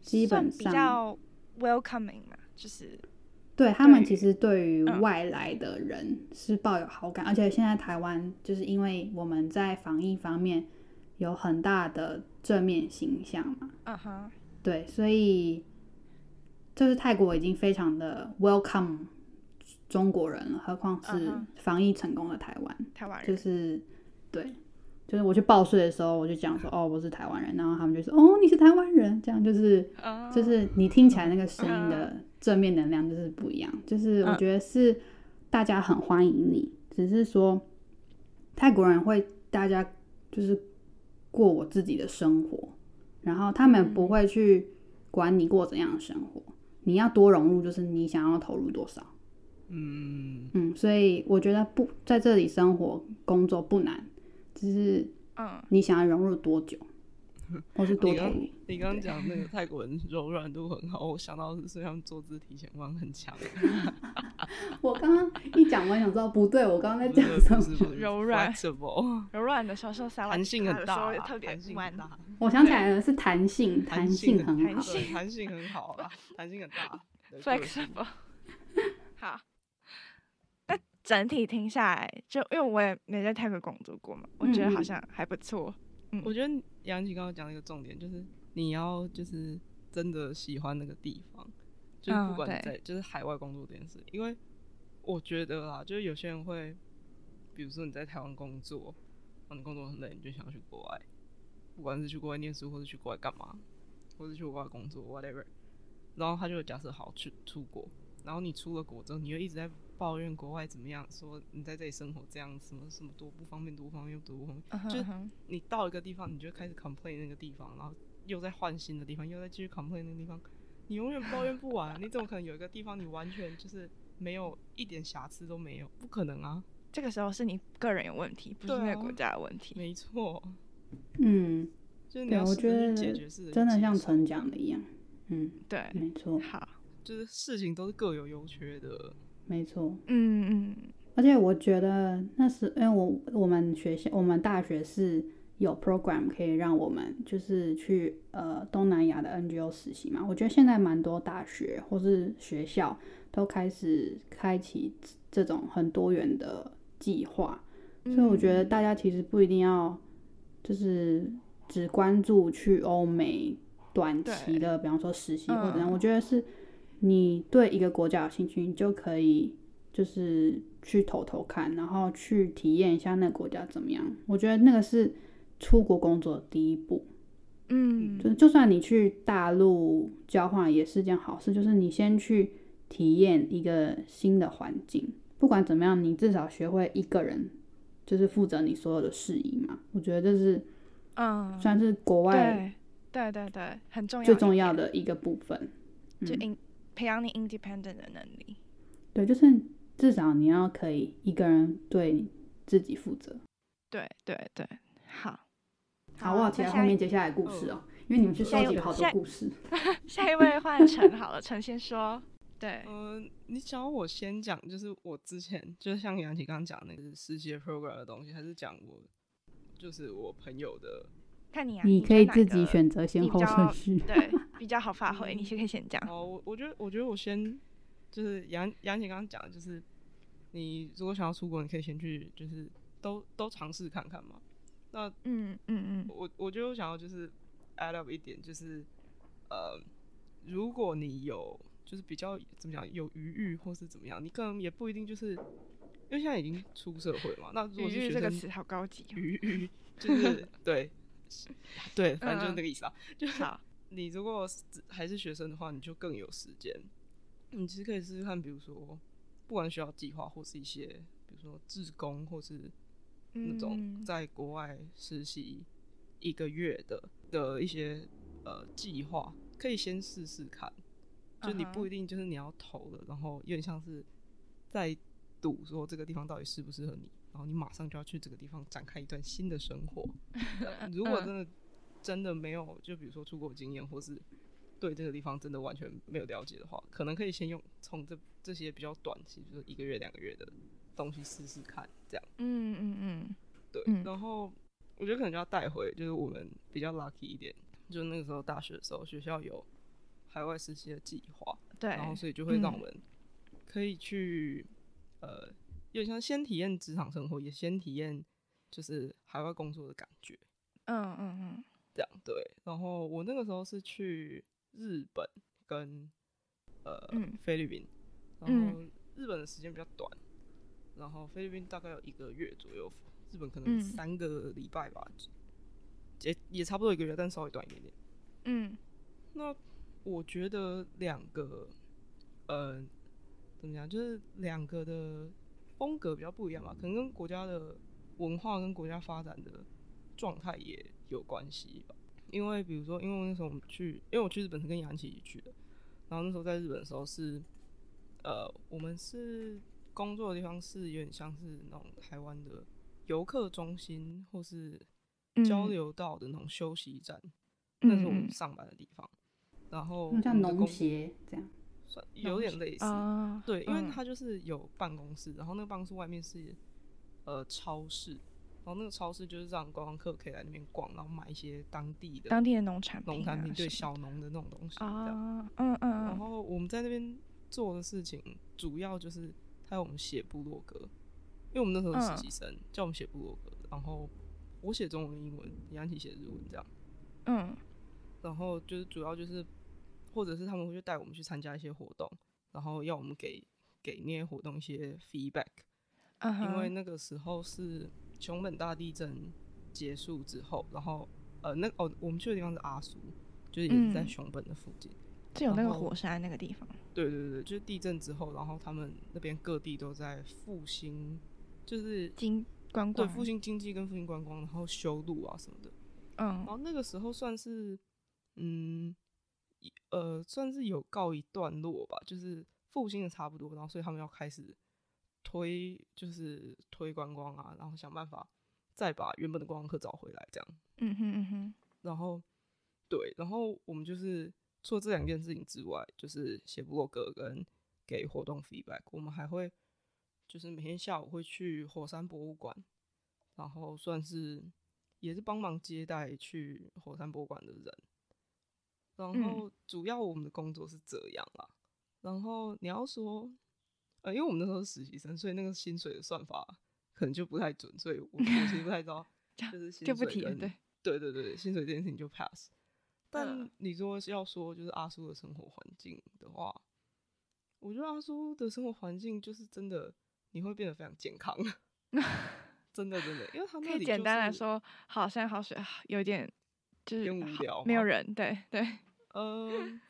Speaker 3: 基
Speaker 4: 算
Speaker 3: 本
Speaker 4: 比
Speaker 3: 上
Speaker 4: 较 welcoming 嘛，就是
Speaker 3: 对他们
Speaker 4: 对
Speaker 3: 其实对于
Speaker 4: 嗯
Speaker 3: 外来的人是抱有好感，而且现在台湾就是因为我们在防疫方面有很大的正面形象嘛，
Speaker 4: 嗯哼，
Speaker 3: 对，所以就是泰国已经非常的 welcome 中国人了，何况是
Speaker 4: 嗯哼
Speaker 3: 防疫成功的台湾。
Speaker 4: 台湾
Speaker 3: 就
Speaker 4: 人，
Speaker 3: 是对，就是我去报税的时候，我就讲说哦，我是台湾人，然后他们就说哦，你是台湾人，这样就是
Speaker 4: 哦
Speaker 3: 就是你听起来那个声音的正面能量就是不一样，就是我
Speaker 4: 嗯
Speaker 3: 觉得是大家很欢迎你，只是说泰国人会大家就是过我自己的生活，然后他们不会去管你过怎样的生活，你要多融入，就是你想要投入多少。
Speaker 1: 嗯，
Speaker 3: 嗯，所以我觉得不在这里生活工作不难，只是
Speaker 4: 嗯，
Speaker 3: 你想要融入多久，或是多投入。
Speaker 1: 你刚刚讲那个泰国人柔软度很好，我想到的是他们坐姿体前弯很强。
Speaker 3: 我刚刚一讲完，想知道不对，我刚刚在
Speaker 1: [laughs] 不
Speaker 3: 讲
Speaker 1: 是
Speaker 3: 什
Speaker 1: 不是
Speaker 3: 么？
Speaker 1: 不是
Speaker 4: 柔软
Speaker 1: flexible，
Speaker 4: 柔软的时候说撒
Speaker 1: 弹性很大
Speaker 4: 的时
Speaker 1: 啊，
Speaker 4: 候特别
Speaker 1: 弹性
Speaker 4: 弯
Speaker 1: 很，大，
Speaker 3: 我想起来了，是弹性，弹
Speaker 1: 弹性
Speaker 3: 很
Speaker 4: 弹
Speaker 3: 好。
Speaker 4: 性
Speaker 1: 对，弹性很好啦，弹性很大。对
Speaker 4: flexible，整体听下来，就因为我也没在泰国工作过嘛，我觉得
Speaker 3: 嗯
Speaker 4: 好
Speaker 3: 嗯
Speaker 4: 像还不错。
Speaker 1: 我觉得杨琪刚刚讲的一个重点就是你要就是真的喜欢那个地方，就是
Speaker 4: 嗯
Speaker 1: 不管
Speaker 4: 对
Speaker 1: 在、就是海外工作这件事，因为我觉得啦，就是有些人会，比如说你在台湾工作，然后你工作很累，你就想要去国外，不管是去国外念书，或是去国外干嘛，或是去国外工作，whatever。然后他就假设好去出国，然后你出了国之后，你又一直在抱怨国外怎么样，说你在这里生活这样什么什么多不方便，多不方便，多不方便。
Speaker 4: 嗯哼
Speaker 1: 就
Speaker 4: 嗯哼
Speaker 1: 你到一个地方，你就开始 complain 那个地方，然后又再换新的地方，又再继续 complain 那个地方，你永远抱怨不完。你怎么可能有一个地方你完全就是没有一点瑕疵都没有？不可能啊！
Speaker 4: 这个时候是你个人有问题，不是
Speaker 1: 对
Speaker 4: 那
Speaker 1: 啊
Speaker 4: 个国家的问题。
Speaker 1: 没错，
Speaker 3: 嗯，
Speaker 1: 就是你
Speaker 3: 对，
Speaker 1: 要
Speaker 3: 我
Speaker 1: 试
Speaker 3: 觉
Speaker 1: 着
Speaker 3: 得
Speaker 1: 去解决事情，
Speaker 3: 真的像陈讲的一样，嗯，
Speaker 4: 对，
Speaker 3: 没错，
Speaker 4: 好，
Speaker 1: 就是事情都是各有优缺的。
Speaker 3: 没错。
Speaker 4: 嗯嗯，
Speaker 3: 而且我觉得那时，因为我我们学校我们大学是有 program 可以让我们就是去呃东南亚的 NGO 实习嘛。我觉得现在蛮多大学或是学校都开始开启这种很多元的计划，所以我觉得大家其实不一定要就是只关注去欧美短期的，比方说实习或者怎样，
Speaker 4: 嗯
Speaker 3: 我觉得是你对一个国家有兴趣，你就可以就是去投投看，然后去体验一下那个国家怎么样。我觉得那个是出国工作的第一步，
Speaker 4: 嗯，
Speaker 3: 就就算你去大陆交换也是件好事，就是你先去体验一个新的环境，不管怎么样，你至少学会一个人。就是负责你所有的事宜嘛，我觉得这是
Speaker 4: 嗯，
Speaker 3: 算是国外
Speaker 4: 对对对对，很重要，
Speaker 3: 最重要，的一个部分。
Speaker 4: 就
Speaker 3: 嗯
Speaker 4: in 培养你 independent 的能力。
Speaker 3: 对，就是至少你要可以一个人对自己负责。
Speaker 4: 对对对，好。啊
Speaker 3: 好，我好期
Speaker 4: 那
Speaker 3: 待
Speaker 4: 下
Speaker 3: 后
Speaker 4: 一嗯
Speaker 3: 面接下来的故事哦，因为你们去收集了好多故事。
Speaker 4: 下一位换陈好了， [laughs] 陈先说，对，
Speaker 1: 嗯、你想要我先讲，就是我之前就是像杨琪刚刚讲那个实习的 program 的东西，还是讲我就是我朋友的
Speaker 4: 看你啊，
Speaker 3: 你
Speaker 4: 觉
Speaker 3: 可
Speaker 4: 得
Speaker 3: 以
Speaker 4: 哪
Speaker 3: 自己
Speaker 4: 个
Speaker 3: 选择先
Speaker 4: 你比
Speaker 3: 后
Speaker 4: 较
Speaker 3: 顺序。 [laughs]
Speaker 4: 对，比较好发挥，你先可以先讲。
Speaker 1: 哦，我我觉得，我觉得我先就是杨杨姐刚刚讲的，就是你如果想要出国，你可以先去，就是都都尝试看看嘛。那
Speaker 4: 嗯嗯
Speaker 1: 我我就想要就是 add up 一点，就是呃，如果你有就是比较怎么讲有余裕或是怎么样，你可能也不一定就是因为现在已经出社会嘛。那如
Speaker 4: 嗯，
Speaker 1: 果
Speaker 4: 余
Speaker 1: 是学
Speaker 4: 裕
Speaker 1: 生
Speaker 4: 这个词好
Speaker 1: [laughs]
Speaker 4: 高级哦。
Speaker 1: 余
Speaker 4: [laughs]
Speaker 1: 裕就是对 [laughs] 对，反正就是
Speaker 4: 嗯嗯
Speaker 1: 那个意思啊。
Speaker 4: 好，
Speaker 1: [laughs] 你如果是还是学生的话，你就更有时间。你其实可以试试看，比如说，不管学校计划或是一些，比如说志工或是那种
Speaker 4: 嗯
Speaker 1: 在国外实习一个月的的一些呃计划，可以先试试看。就你
Speaker 4: 嗯哼
Speaker 1: 不一定就是你要投了，然后有点像是在赌说这个地方到底适不适合你，然后你马上就要去这个地方展开一段新的生活。呃如果
Speaker 4: 嗯
Speaker 1: 真的真的没有，就比如说出国经验，或是对这个地方真的完全没有了解的话，可能可以先用从这这些比较短期，比如说一个月、两个月的东西试试看，这样
Speaker 4: 嗯嗯嗯，
Speaker 1: 对。
Speaker 4: 嗯
Speaker 1: 然后我觉得可能就要带回，就是我们比较 lucky 一点，就是那个时候大学的时候，学校有海外实习的计划，
Speaker 4: 对
Speaker 1: 然，后所以就会让
Speaker 4: 嗯
Speaker 1: 我们可以去、呃，有点像先体验职场生活，也先体验就是海外工作的感觉。
Speaker 4: 嗯嗯嗯，
Speaker 1: 这样对。然后我那个时候是去日本跟呃、
Speaker 4: 嗯
Speaker 1: 菲律宾，然后
Speaker 4: 嗯
Speaker 1: 日本的时间比较短，然后菲律宾大概有一个月左右，日本可能
Speaker 4: 嗯
Speaker 1: 三个礼拜吧，也也差不多一个月，但稍微短一点点。
Speaker 4: 嗯
Speaker 1: 那我觉得两个，呃，怎么讲，就是两个的风格比较不一样吧，可能跟国家的文化跟国家发展的状态也有关系吧。因为比如说，因为我那时候我们去，因为我去日本是跟杨琪一起去的，然后那时候在日本的时候是，呃，我们是工作的地方是有点像是那种台湾的游客中心或是交
Speaker 4: 嗯
Speaker 1: 流道的那种休息站，那是我
Speaker 4: 嗯
Speaker 1: 们上班的地方。然后
Speaker 3: 那像
Speaker 1: 我们的
Speaker 3: 农
Speaker 1: 工
Speaker 3: 协这样，
Speaker 1: 算有点类
Speaker 4: 嗯
Speaker 1: 似，
Speaker 4: 啊，
Speaker 1: 对，因为
Speaker 4: 嗯
Speaker 1: 它就是有办公室，然后那个办公室外面是呃超市，然后那个超市就是让观光客可以来那边逛，然后买一些当地的
Speaker 4: 当地的农产品啊，
Speaker 1: 农产品，对
Speaker 4: 什么
Speaker 1: 小农的那种东西这
Speaker 4: 的
Speaker 1: 样。
Speaker 4: 啊，嗯嗯
Speaker 1: 然
Speaker 4: 嗯，
Speaker 1: 后我们在那边做的事情，主要就是他有我们写部落格，因为我们那时候是
Speaker 4: 嗯
Speaker 1: 实习生，叫我们写部落格，然后我写中文、英文，李安琪写日文这样，
Speaker 4: 嗯
Speaker 1: 然后就是主要就是，或者是他们会去带我们去参加一些活动，然后要我们给给那些活动一些 feedback，
Speaker 4: 嗯哼，
Speaker 1: 因为那个时候是熊本大地震结束之后，然后呃，那哦，我们去的地方是阿苏，就是也是在
Speaker 4: 嗯
Speaker 1: 熊本的附近。
Speaker 4: 就有那
Speaker 1: 然
Speaker 4: 个
Speaker 1: 后
Speaker 4: 火山那个地方，
Speaker 1: 对对对，就是地震之后，然后他们那边各地都在复兴，就是
Speaker 4: 经观
Speaker 1: 对
Speaker 4: 光，
Speaker 1: 复兴经济跟复兴观光，然后修路啊什么的。
Speaker 4: 嗯
Speaker 1: 然哦后那个时候算是，嗯，一呃，算是有告一段落吧，就是复兴的差不多，然后所以他们要开始推，就是推观光啊，然后想办法再把原本的观光客找回来，这样。
Speaker 4: 嗯哼嗯哼，
Speaker 1: 然后对，然后我们就是除了这两件事情之外，就是写部落格跟给活动 feedback，我们还会就是每天下午会去火山博物馆，然后算是也是帮忙接待去火山博物馆的人。然后主要我们的工作是这样啦。然后你要说，呃，因为我们那时候是实习生，所以那个薪水的算法可能就不太准，所以我我其实不太知
Speaker 4: [laughs]
Speaker 1: 道，就是薪
Speaker 4: 就不
Speaker 1: 水
Speaker 4: 提了，
Speaker 1: 跟
Speaker 4: 对，
Speaker 1: 对对对，薪水这件事情就 pass。但
Speaker 4: 嗯
Speaker 1: 你说是要说就是阿苏的生活环境的话，我觉得阿苏的生活环境就是真的，你会变得非常健
Speaker 4: [laughs]
Speaker 1: 康，真的真的，因为他那里、
Speaker 4: 可
Speaker 1: 就
Speaker 4: 以
Speaker 1: 是、
Speaker 4: 简单来，说，好山好水啊有点就是
Speaker 1: 偏无
Speaker 4: 好
Speaker 1: 聊
Speaker 4: 没有
Speaker 1: 吗
Speaker 4: 人，对对， [laughs]
Speaker 1: 嗯，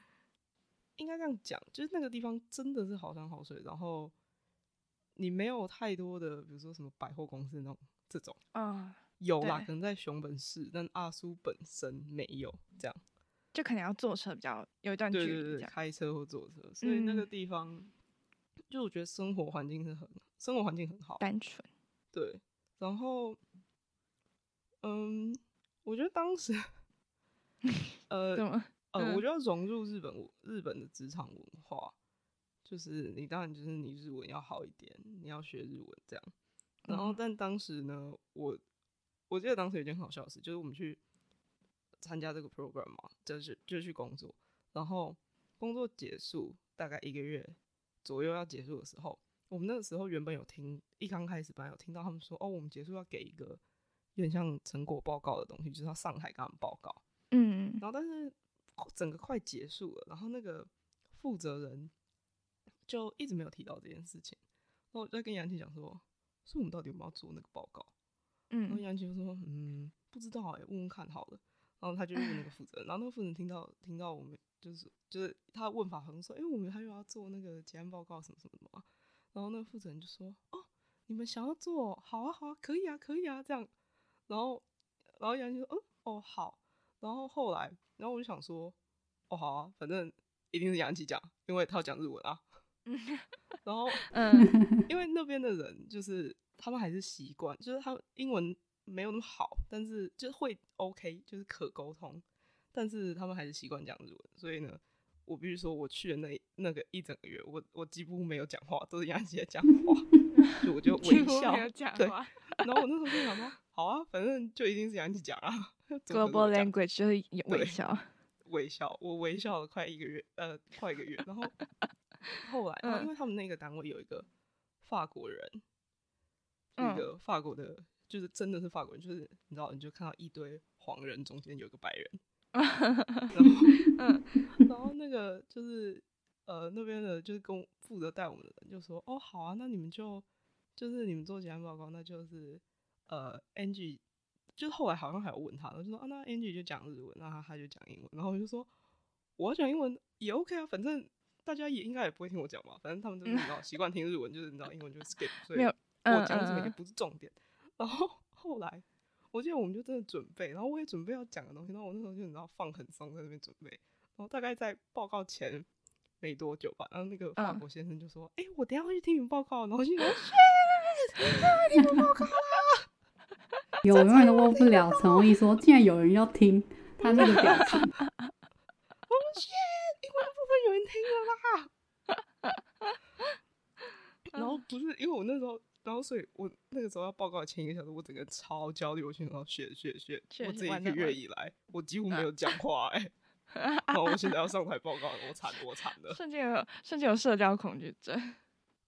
Speaker 1: 应该这样讲，就是那个地方真的是好山好水，然后你没有太多的，比如说什么百货公司那种这种，
Speaker 4: 嗯，
Speaker 1: 有啦，
Speaker 4: 对
Speaker 1: 可能在熊本市，但阿苏本身没有这样。
Speaker 4: 就可能要坐车比较有一段距
Speaker 1: 对对
Speaker 4: 离
Speaker 1: 对，
Speaker 4: 这样，
Speaker 1: 开车或坐车，所以那个
Speaker 4: 嗯
Speaker 1: 地方，就我觉得生活环境是很生活环境很好，
Speaker 4: 单纯，
Speaker 1: 对，然后，嗯，我觉得当时， [laughs]
Speaker 4: [laughs]
Speaker 1: 呃
Speaker 4: 怎么？
Speaker 1: 呃，
Speaker 4: 嗯
Speaker 1: 我觉得融入日本文日本的职场文化，就是你当然就是你日文要好一点，你要学日文这样。然后，
Speaker 4: 嗯
Speaker 1: 但当时呢，我我记得当时有一件很好笑的事，就是我们去参加这个 program 嘛，就是就去工作，然后工作结束大概一个月左右要结束的时候，我们那个时候原本有听，一刚开始本来有听到他们说，哦，我们结束要给一个有点像成果报告的东西，就是要上台跟他们报告。
Speaker 4: 嗯，
Speaker 1: 然后但是整个快结束了，然后那个负责人就一直没有提到这件事情。然后我就在跟杨琪讲说，所以我们到底有没有做那个报告？然后
Speaker 4: 嗯，
Speaker 1: 杨琪就说，嗯，不知道哎、问问看好了。然后他就问那个负责人，然后那个负责人听到听到我们就是就是他的问法很说，哎、我们还有要做那个结案报告什么什么的嘛。然后那个负责人就说，哦，你们想要做哦，好啊好啊，可以啊可以啊这样。然后然后杨琪说，嗯哦好。然后后来，然后我就想说，哦好啊，反正一定是杨琪讲，因为他要讲日文啊。 [laughs] 然后
Speaker 4: 嗯，
Speaker 1: 因为那边的人就是他们还是习惯，就是他们英文没有那么好，但是就会 OK，就是可沟通，但是他们还是习惯讲日文，所以呢，我必须说我去的那那个一整个月，我我几乎没有讲话，都是杨姐讲话，就我就
Speaker 4: [laughs] 几
Speaker 1: 微
Speaker 4: 乎
Speaker 1: 笑
Speaker 4: 没有，讲
Speaker 1: 对
Speaker 4: 话
Speaker 1: 然后我那时候就想说，好啊，反正就一定是杨姐
Speaker 4: [laughs]
Speaker 1: 讲啊怎么可能是我
Speaker 4: ，global
Speaker 1: 讲
Speaker 4: language 就是有微
Speaker 1: 对
Speaker 4: 笑，
Speaker 1: 微笑，我微笑了快一个月，呃，快一个月。然后后来，然后因为他们那个单位有一个法国人，有
Speaker 4: 嗯
Speaker 1: 一个法国的，就是真的是法国人，就是你知道，你就看到一堆黄人中间有一个白人，然后，
Speaker 4: 嗯
Speaker 1: 然后那个就是呃那边的，就是跟我负责带我们的人就说，哦，好啊，那你们就就是你们做结案报告，那就是呃 Angie，就是后来好像还有问他，我就说啊，那 Angie 就讲日文，那他他就讲英文，然后我就说我要讲英文也 OK 啊，反正。大家也应该也不会听我讲吧，反正他们就是你知道习惯听日文，就是你知道英文就
Speaker 4: [laughs]
Speaker 1: skip，所以
Speaker 4: 嗯没有
Speaker 1: 我
Speaker 4: 嗯
Speaker 1: 讲什么
Speaker 4: 嗯
Speaker 1: 也
Speaker 4: 嗯
Speaker 1: 不是重点。然后后来，我记得我们就真的准备，然后我也准备要讲的东西，然后我那时候就你知道放很松在那边准备，然后大概在报告前没多久吧，然后那个法
Speaker 4: 嗯
Speaker 1: 国先生就说：“哎、我等一下会去听你们报告。”然后我
Speaker 4: [laughs]
Speaker 1: 心里想说啊
Speaker 3: [laughs] 有永远都忘不了陈宏毅说，竟然有人要听他那个表
Speaker 4: [laughs]
Speaker 3: 情，
Speaker 1: 英文的部分有人听了啦。
Speaker 4: [laughs]
Speaker 1: 然后不是因为我那时候，然后所以我那个时候要报告前一个小时，我整个超焦虑，我心里想血血血，
Speaker 4: 血
Speaker 1: 我
Speaker 4: 血
Speaker 1: 这一
Speaker 4: 完
Speaker 1: 个
Speaker 4: 蛋
Speaker 1: 月
Speaker 4: 完嗯
Speaker 1: 以来，我几乎没有讲话
Speaker 4: [laughs]
Speaker 1: 哎、然后我现在要上台报告了，我惨我惨了。
Speaker 4: 瞬间有瞬间有社交恐惧症，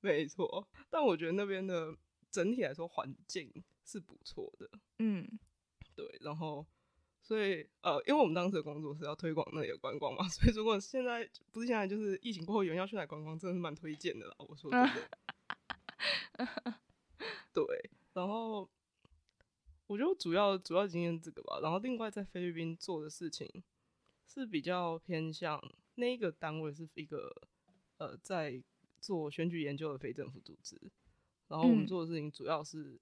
Speaker 1: 没错，但我觉得那边的整体来说环境是不错的，
Speaker 4: 嗯，
Speaker 1: 对，然后所以呃，因为我们当时的工作是要推广那里的观光嘛， [laughs] 所以如果现在不是现在就是疫情过后有人要去哪里观光，真的是蛮推荐的啦。我说真的，对，然后我觉得主要主要经验这个吧，然后另外在菲律宾做的事情是比较偏向那个单位是一个呃在做选举研究的非政府组织，然后我们
Speaker 4: 嗯
Speaker 1: 做的事情主要是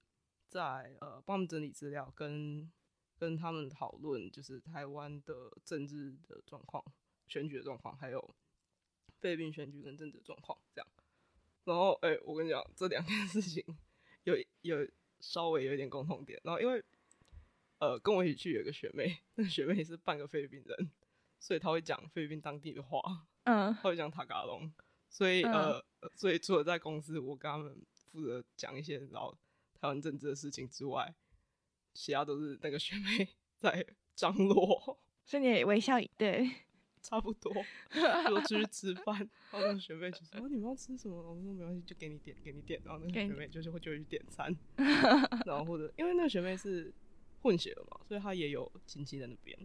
Speaker 1: 在呃帮他们整理资料跟。跟他们讨论，就是台湾的政治的状况、选举的状况，还有菲律宾选举跟政治的状况这样。然后，哎、我跟你讲，这两件事情有有稍微有一点共同点。然后，因为呃，跟我一起去有一个学妹，那个学妹是半个菲律宾人，所以她会讲菲律宾当地的话，
Speaker 4: 嗯，
Speaker 1: 她会讲塔嘎隆，所以、呃，所以除了在公司我跟他们负责讲一些然后台湾政治的事情之外，其他都是那个学妹 [laughs] 在张罗，
Speaker 4: 所以你也微笑以对，
Speaker 1: 差不多。说出去吃饭，然后那个学妹就说：“啊，你们要吃什么？”我说：“没关系，就给你点，给你点。”然后那个
Speaker 4: 给
Speaker 1: 学
Speaker 4: 你
Speaker 1: 妹就是会就会去点
Speaker 4: [laughs]
Speaker 1: 餐，然后或者因为那个学妹是混血的嘛，所以她也有亲戚在那边，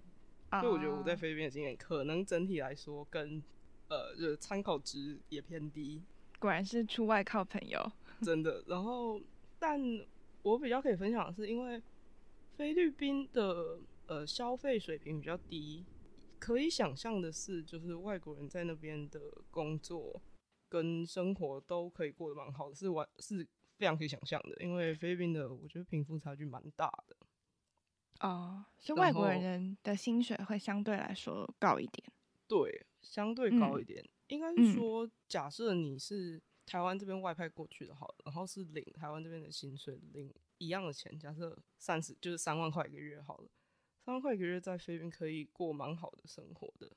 Speaker 1: 所以我觉得我在
Speaker 4: 啊
Speaker 1: 菲律宾的经验可能整体来说跟呃就是参考值也偏低，
Speaker 4: 果然是出外靠朋友，
Speaker 1: 真的。然后，但我比较可以分享的是，因为菲律宾的呃消费水平比较低，可以想象的是，就是外国人在那边的工作跟生活都可以过得蛮好的，是完是非常可以想象的。因为菲律宾的我觉得贫富差距蛮大的，
Speaker 4: 哦，所以
Speaker 1: 然
Speaker 4: 外国
Speaker 1: 后
Speaker 4: 人的薪水会相对来说高一点，
Speaker 1: 对，相对高一点。应该是
Speaker 4: 嗯
Speaker 1: 说，假设你是台湾这边外派过去的，好了，然后是领台湾这边的薪水，领一样的钱，假设三十就是三万块一个月好了，三万块一个月在菲律宾可以过蛮好的生活的，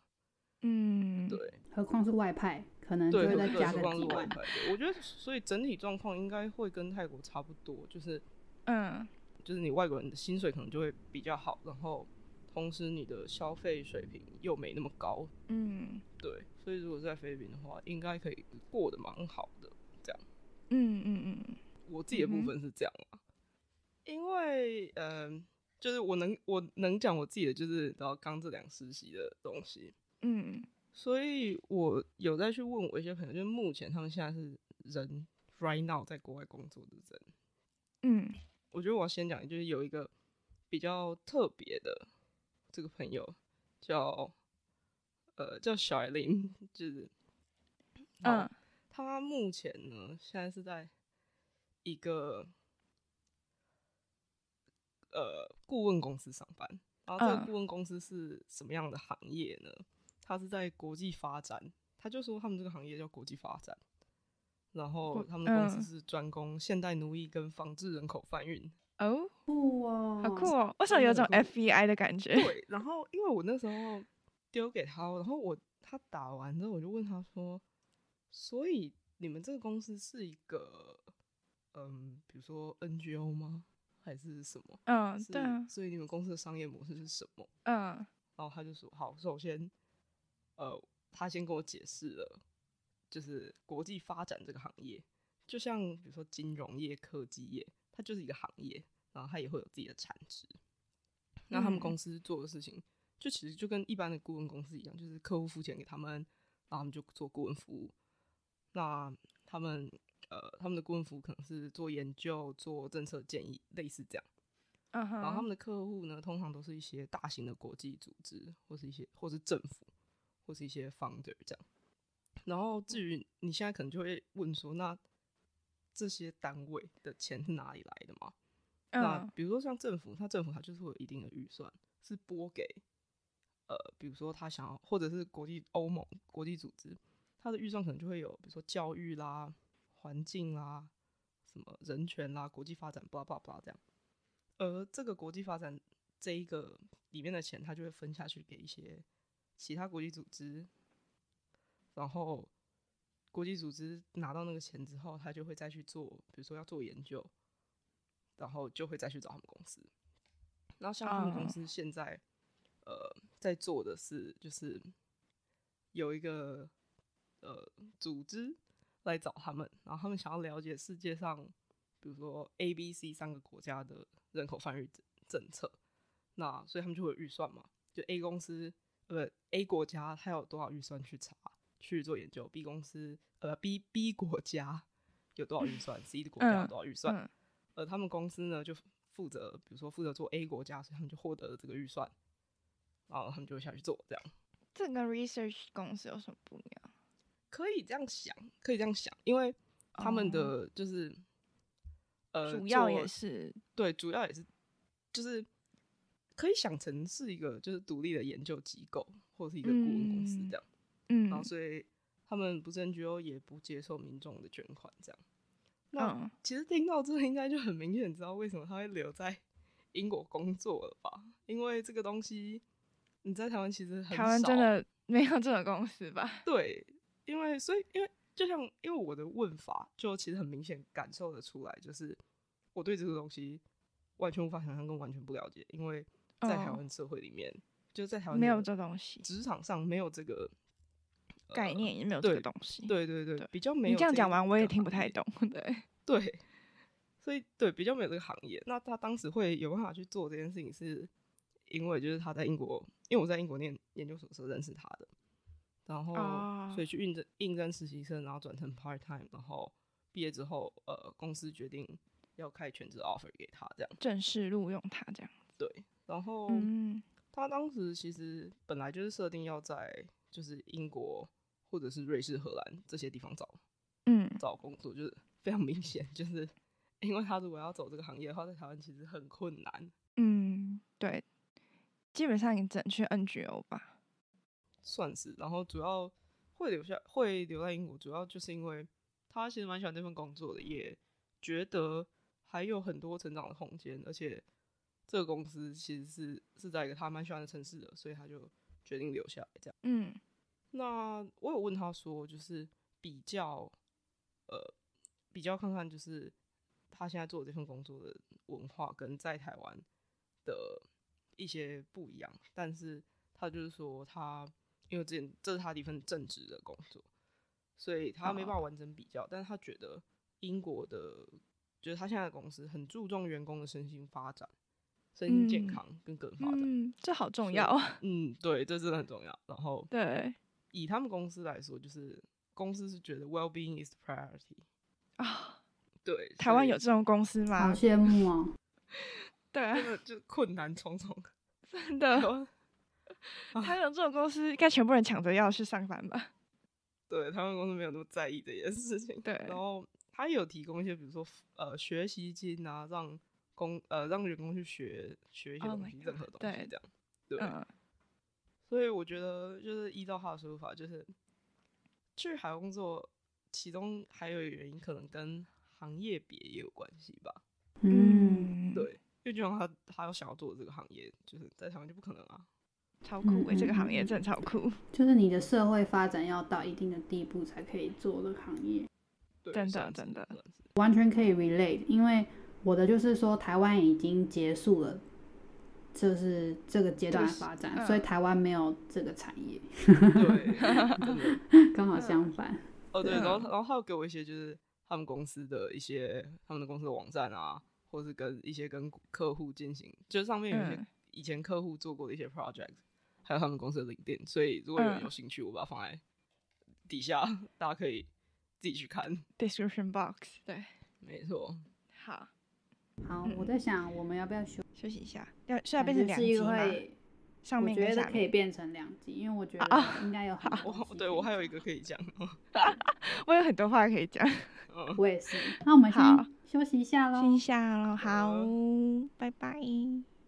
Speaker 4: 嗯，
Speaker 1: 对，
Speaker 3: 何况是外派，可能就
Speaker 1: 对
Speaker 3: 会
Speaker 1: 对
Speaker 3: 再
Speaker 1: 对，
Speaker 3: 加
Speaker 1: 是
Speaker 3: 个啊
Speaker 1: 光是
Speaker 3: 几
Speaker 1: 外
Speaker 3: 万。
Speaker 1: 派的。我觉得，所以整体状况应该会跟泰国差不多，就是
Speaker 4: 嗯，
Speaker 1: 就是你外国人的薪水可能就会比较好，然后同时你的消费水平又没那么高，
Speaker 4: 嗯
Speaker 1: 对，所以如果是在菲律宾的话，应该可以过得蛮好的。
Speaker 4: 嗯嗯嗯，
Speaker 1: 我自己的部
Speaker 4: 嗯哼
Speaker 1: 分是这样啦，因为嗯、就是我能我能讲我自己的，就是然后刚这两实习的东西，
Speaker 4: 嗯
Speaker 1: 所以我有再去问我一些朋友，就是目前他们现在是人 right now 在国外工作的人，
Speaker 4: 嗯
Speaker 1: 我觉得我要先讲，就是有一个比较特别的这个朋友叫呃叫小艾琳，就是好
Speaker 4: 嗯
Speaker 1: 他目前呢，现在是在一个呃顾问公司上班。然后这个
Speaker 4: 嗯
Speaker 1: 顾问公司是什么样的行业呢？它是在国际发展，他就说他们这个行业叫国际发展。然后
Speaker 4: 国
Speaker 1: 他们的公司
Speaker 4: 嗯
Speaker 1: 是专攻现代奴役跟防治人口贩运。
Speaker 4: 哦，
Speaker 3: 酷
Speaker 1: [laughs]
Speaker 3: 哦，
Speaker 4: 好酷哦，为什么
Speaker 1: 真
Speaker 4: 有
Speaker 1: 的
Speaker 4: 种
Speaker 1: 很
Speaker 4: FBI 的感觉？
Speaker 1: 对，然后因为我那时候丢给他，然后我他打完之后，我就问他说：“所以你们这个公司是一个，嗯，比如说 NGO 吗？还是什么？
Speaker 4: 嗯，
Speaker 1: 是
Speaker 4: 对啊，
Speaker 1: 所以你们公司的商业模式是什么？”
Speaker 4: 嗯
Speaker 1: 然后他就说：“好，首先，呃，他先跟我解释了，就是国际发展这个行业，就像比如说金融业、科技业，它就是一个行业，然后它也会有自己的产值。那他们
Speaker 4: 嗯
Speaker 1: 公司做的事情，就其实就跟一般的顾问公司一样，就是客户付钱给他们，然后他们就做顾问服务。那他们呃，他们的顾问服务可能是做研究、做政策建议，类似这样。”
Speaker 4: 嗯
Speaker 1: 然后他
Speaker 4: 哼，
Speaker 1: 们的客户呢，通常都是一些大型的国际组织，或是一些或是政府，或是一些 founder 这样。然后至于你现在可能就会问说，那这些单位的钱是哪里来的嘛？那
Speaker 4: 嗯
Speaker 1: 比如说像政府，它政府它就是会有一定的预算，是拨给呃，比如说他想要，或者是国际欧盟国际组织，它的预算可能就会有，比如说教育啦、环境啦、什么人权啦、国际发展，巴拉巴拉巴拉这样。而这个国际发展这一个里面的钱，它就会分下去给一些其他国际组织，然后国际组织拿到那个钱之后，他就会再去做，比如说要做研究，然后就会再去找他们公司。然后像他们公
Speaker 4: 哦
Speaker 1: 司现在，呃，在做的是就是有一个呃组织来找他们，然后他们想要了解世界上比如说 A、B、C 三个国家的人口贩运政政策，那所以他们就会有预算嘛，就 A 公司呃 A 国家它有多少预算去查去做研究，B 公司呃 B B 国家有多少预算，C 的国家有多少预算，
Speaker 4: 嗯，
Speaker 1: 呃，他们公司呢就负责，比如说负责做 A 国家，所以他们就获得了这个预算，然后他们就会下去做，这样
Speaker 4: 这跟 research 公司有什么不一样？
Speaker 1: 可以这样想，可以这样想，因为他们的就是、呃，
Speaker 4: 哦主要
Speaker 1: 做
Speaker 4: 也是
Speaker 1: 对，主要也是就是可以想成是一个就是独立的研究机构或是一个顾问公司
Speaker 4: 嗯
Speaker 1: 这样，
Speaker 4: 嗯
Speaker 1: 然后所以他们不是 NGO 也不接受民众的捐款这样。那、
Speaker 4: 嗯
Speaker 1: 其实听到这应该就很明显知道为什么他会留在英国工作了吧？因为这个东西你在台湾其实很
Speaker 4: 台湾真
Speaker 1: 少
Speaker 4: 的没有这种公司吧？
Speaker 1: 对，因为所以因为就像因为我的问法，就其实很明显感受得出来，就是我对这个东西完全无法想象跟完全不了解，因为在台
Speaker 4: 嗯
Speaker 1: 湾社会里面，就在台湾
Speaker 4: 没
Speaker 1: 的
Speaker 4: 有这东西，
Speaker 1: 职场上没有这个、呃
Speaker 4: 概。念也没有这
Speaker 1: 对
Speaker 4: 个东西。，
Speaker 1: 对对对，
Speaker 4: 对
Speaker 1: 比较没有
Speaker 4: 你这样
Speaker 1: 个
Speaker 4: 讲完我也
Speaker 1: 行
Speaker 4: 听不太
Speaker 1: 业
Speaker 4: 懂。
Speaker 1: 嗯
Speaker 4: 对，
Speaker 1: 对，所以对比较没有这个行业。那他当时会有办法去做这件事情，是因为就是他在英国，因为我在英国念研究所的时候认识他的，然后、
Speaker 4: 啊
Speaker 1: 所以去应征应征实习生，然后转成 part time，然后毕业之后，呃，公司决定要开全职 offer 给他这样。
Speaker 4: 正式录用它这样。
Speaker 1: 对，然后、
Speaker 4: 嗯，
Speaker 1: 他当时其实本来就是设定要在就是英国或者是瑞士、荷兰这些地方找
Speaker 4: 嗯，
Speaker 1: 找工作，就是非常明显，就是因为他如果要走这个行业的话，在台湾其实很困难。
Speaker 4: 嗯，对，基本上你只能去 NGO 吧。
Speaker 1: 算是。然后主要会留下，会留在英国，主要就是因为他其实蛮喜欢这份工作的，也觉得还有很多成长的空间，而且这个公司其实是是在一个他蛮喜欢的城市的，所以他就决定留下来这样。
Speaker 4: 嗯
Speaker 1: 那我有问他说，就是比较，呃，比较看看就是他现在做这份工作的文化跟在台湾的一些不一样，但是他就是说他因为之前这是他的一份正职的工作，所以他没
Speaker 4: 啊
Speaker 1: 办法完整比较，但是他觉得英国的，就是他现在的公司很注重员工的身心发展、身心健
Speaker 4: 嗯
Speaker 1: 康跟个人发展，
Speaker 4: 嗯，这好重
Speaker 1: 是
Speaker 4: 要。
Speaker 1: 嗯，对，这真的很重要。然后
Speaker 4: 对
Speaker 1: 以他们公司来说，就是公司是觉得 well being is priority。
Speaker 4: 啊，
Speaker 1: [laughs] 对，
Speaker 4: 台湾
Speaker 1: 所
Speaker 4: 有
Speaker 1: 嗯
Speaker 4: 这种公司
Speaker 1: 啊
Speaker 3: 好
Speaker 4: 吗？
Speaker 3: 羡慕哦！
Speaker 4: 对啊
Speaker 1: 以，真的就困难重重。
Speaker 4: 真的，
Speaker 1: 啊
Speaker 4: 台湾有这种公司，应该全部人抢着要去上班吧？
Speaker 1: 对，台湾公司没有那么在意这件事情。
Speaker 4: 对
Speaker 1: 然后他也有提供一些，比如说呃学习金啊，让工呃让员工去学学一些
Speaker 4: Oh
Speaker 1: 东
Speaker 4: my
Speaker 1: 西
Speaker 4: God，
Speaker 1: 任何东西
Speaker 4: 对
Speaker 1: 这样。对，
Speaker 4: 嗯
Speaker 1: 所以我觉得就是依照他的说法，就是去海外工作，其中还有一个原因可能跟行业别也有关系吧。
Speaker 3: 嗯，
Speaker 4: 嗯，
Speaker 1: 对，因为就像他他要想要做这个行业，就是在台湾就不可能啊。
Speaker 4: 超酷诶，这个行
Speaker 3: 嗯
Speaker 4: 业
Speaker 3: 嗯嗯
Speaker 4: 真的超酷，
Speaker 3: 就是你的社会发展要到一定的地步才可以做的行业，
Speaker 1: 对，
Speaker 4: 真的
Speaker 1: 算是
Speaker 4: 真的 [laughs]
Speaker 1: 算是
Speaker 3: 完全可以 relate。因为我的就是说，台湾已经结束了，就是这个阶段的发展，
Speaker 4: 就是嗯
Speaker 3: 所以台湾没有这个产业， [laughs]
Speaker 1: 对，真
Speaker 4: [laughs]
Speaker 1: 的
Speaker 3: 刚好相反。
Speaker 1: 哦对，
Speaker 4: 对
Speaker 1: 然
Speaker 4: 啊
Speaker 1: 后他然后他有给我一些就是他们公司的一些他们的公司的网站啊，或是跟一些跟客户进行，就是上面有一些
Speaker 4: 嗯
Speaker 1: 以前客户做过的一些 project，还有他们公司的零店，所以如果有人有
Speaker 4: 嗯
Speaker 1: 兴趣，我把它放在底下， [laughs] 大家可以自己去看。
Speaker 4: ，description box，对，
Speaker 1: 没错，
Speaker 4: 好，嗯
Speaker 3: 好，我在想我们要不要修？
Speaker 4: 休息一下，要是要变成
Speaker 3: 感
Speaker 4: 两
Speaker 3: 觉是一
Speaker 4: 集
Speaker 3: 个
Speaker 4: 吗？
Speaker 3: 会，
Speaker 4: 上
Speaker 3: 我
Speaker 4: 面
Speaker 3: 觉
Speaker 4: 跟
Speaker 3: 得
Speaker 4: 下
Speaker 3: 可以
Speaker 4: 面，
Speaker 3: 变成两集，因为我觉得
Speaker 4: 啊
Speaker 3: 应该有很
Speaker 4: [laughs]
Speaker 3: 多集
Speaker 1: 我
Speaker 3: 可以
Speaker 1: 对我
Speaker 4: 哦
Speaker 1: 还有一
Speaker 3: 讲
Speaker 1: 个可以讲，哦
Speaker 4: 我有很多话可以讲，
Speaker 1: 嗯，
Speaker 3: 我也是。那我们先
Speaker 4: 好
Speaker 3: 休息一下喽。
Speaker 4: 听一下喽，好
Speaker 1: 好，
Speaker 4: 拜拜。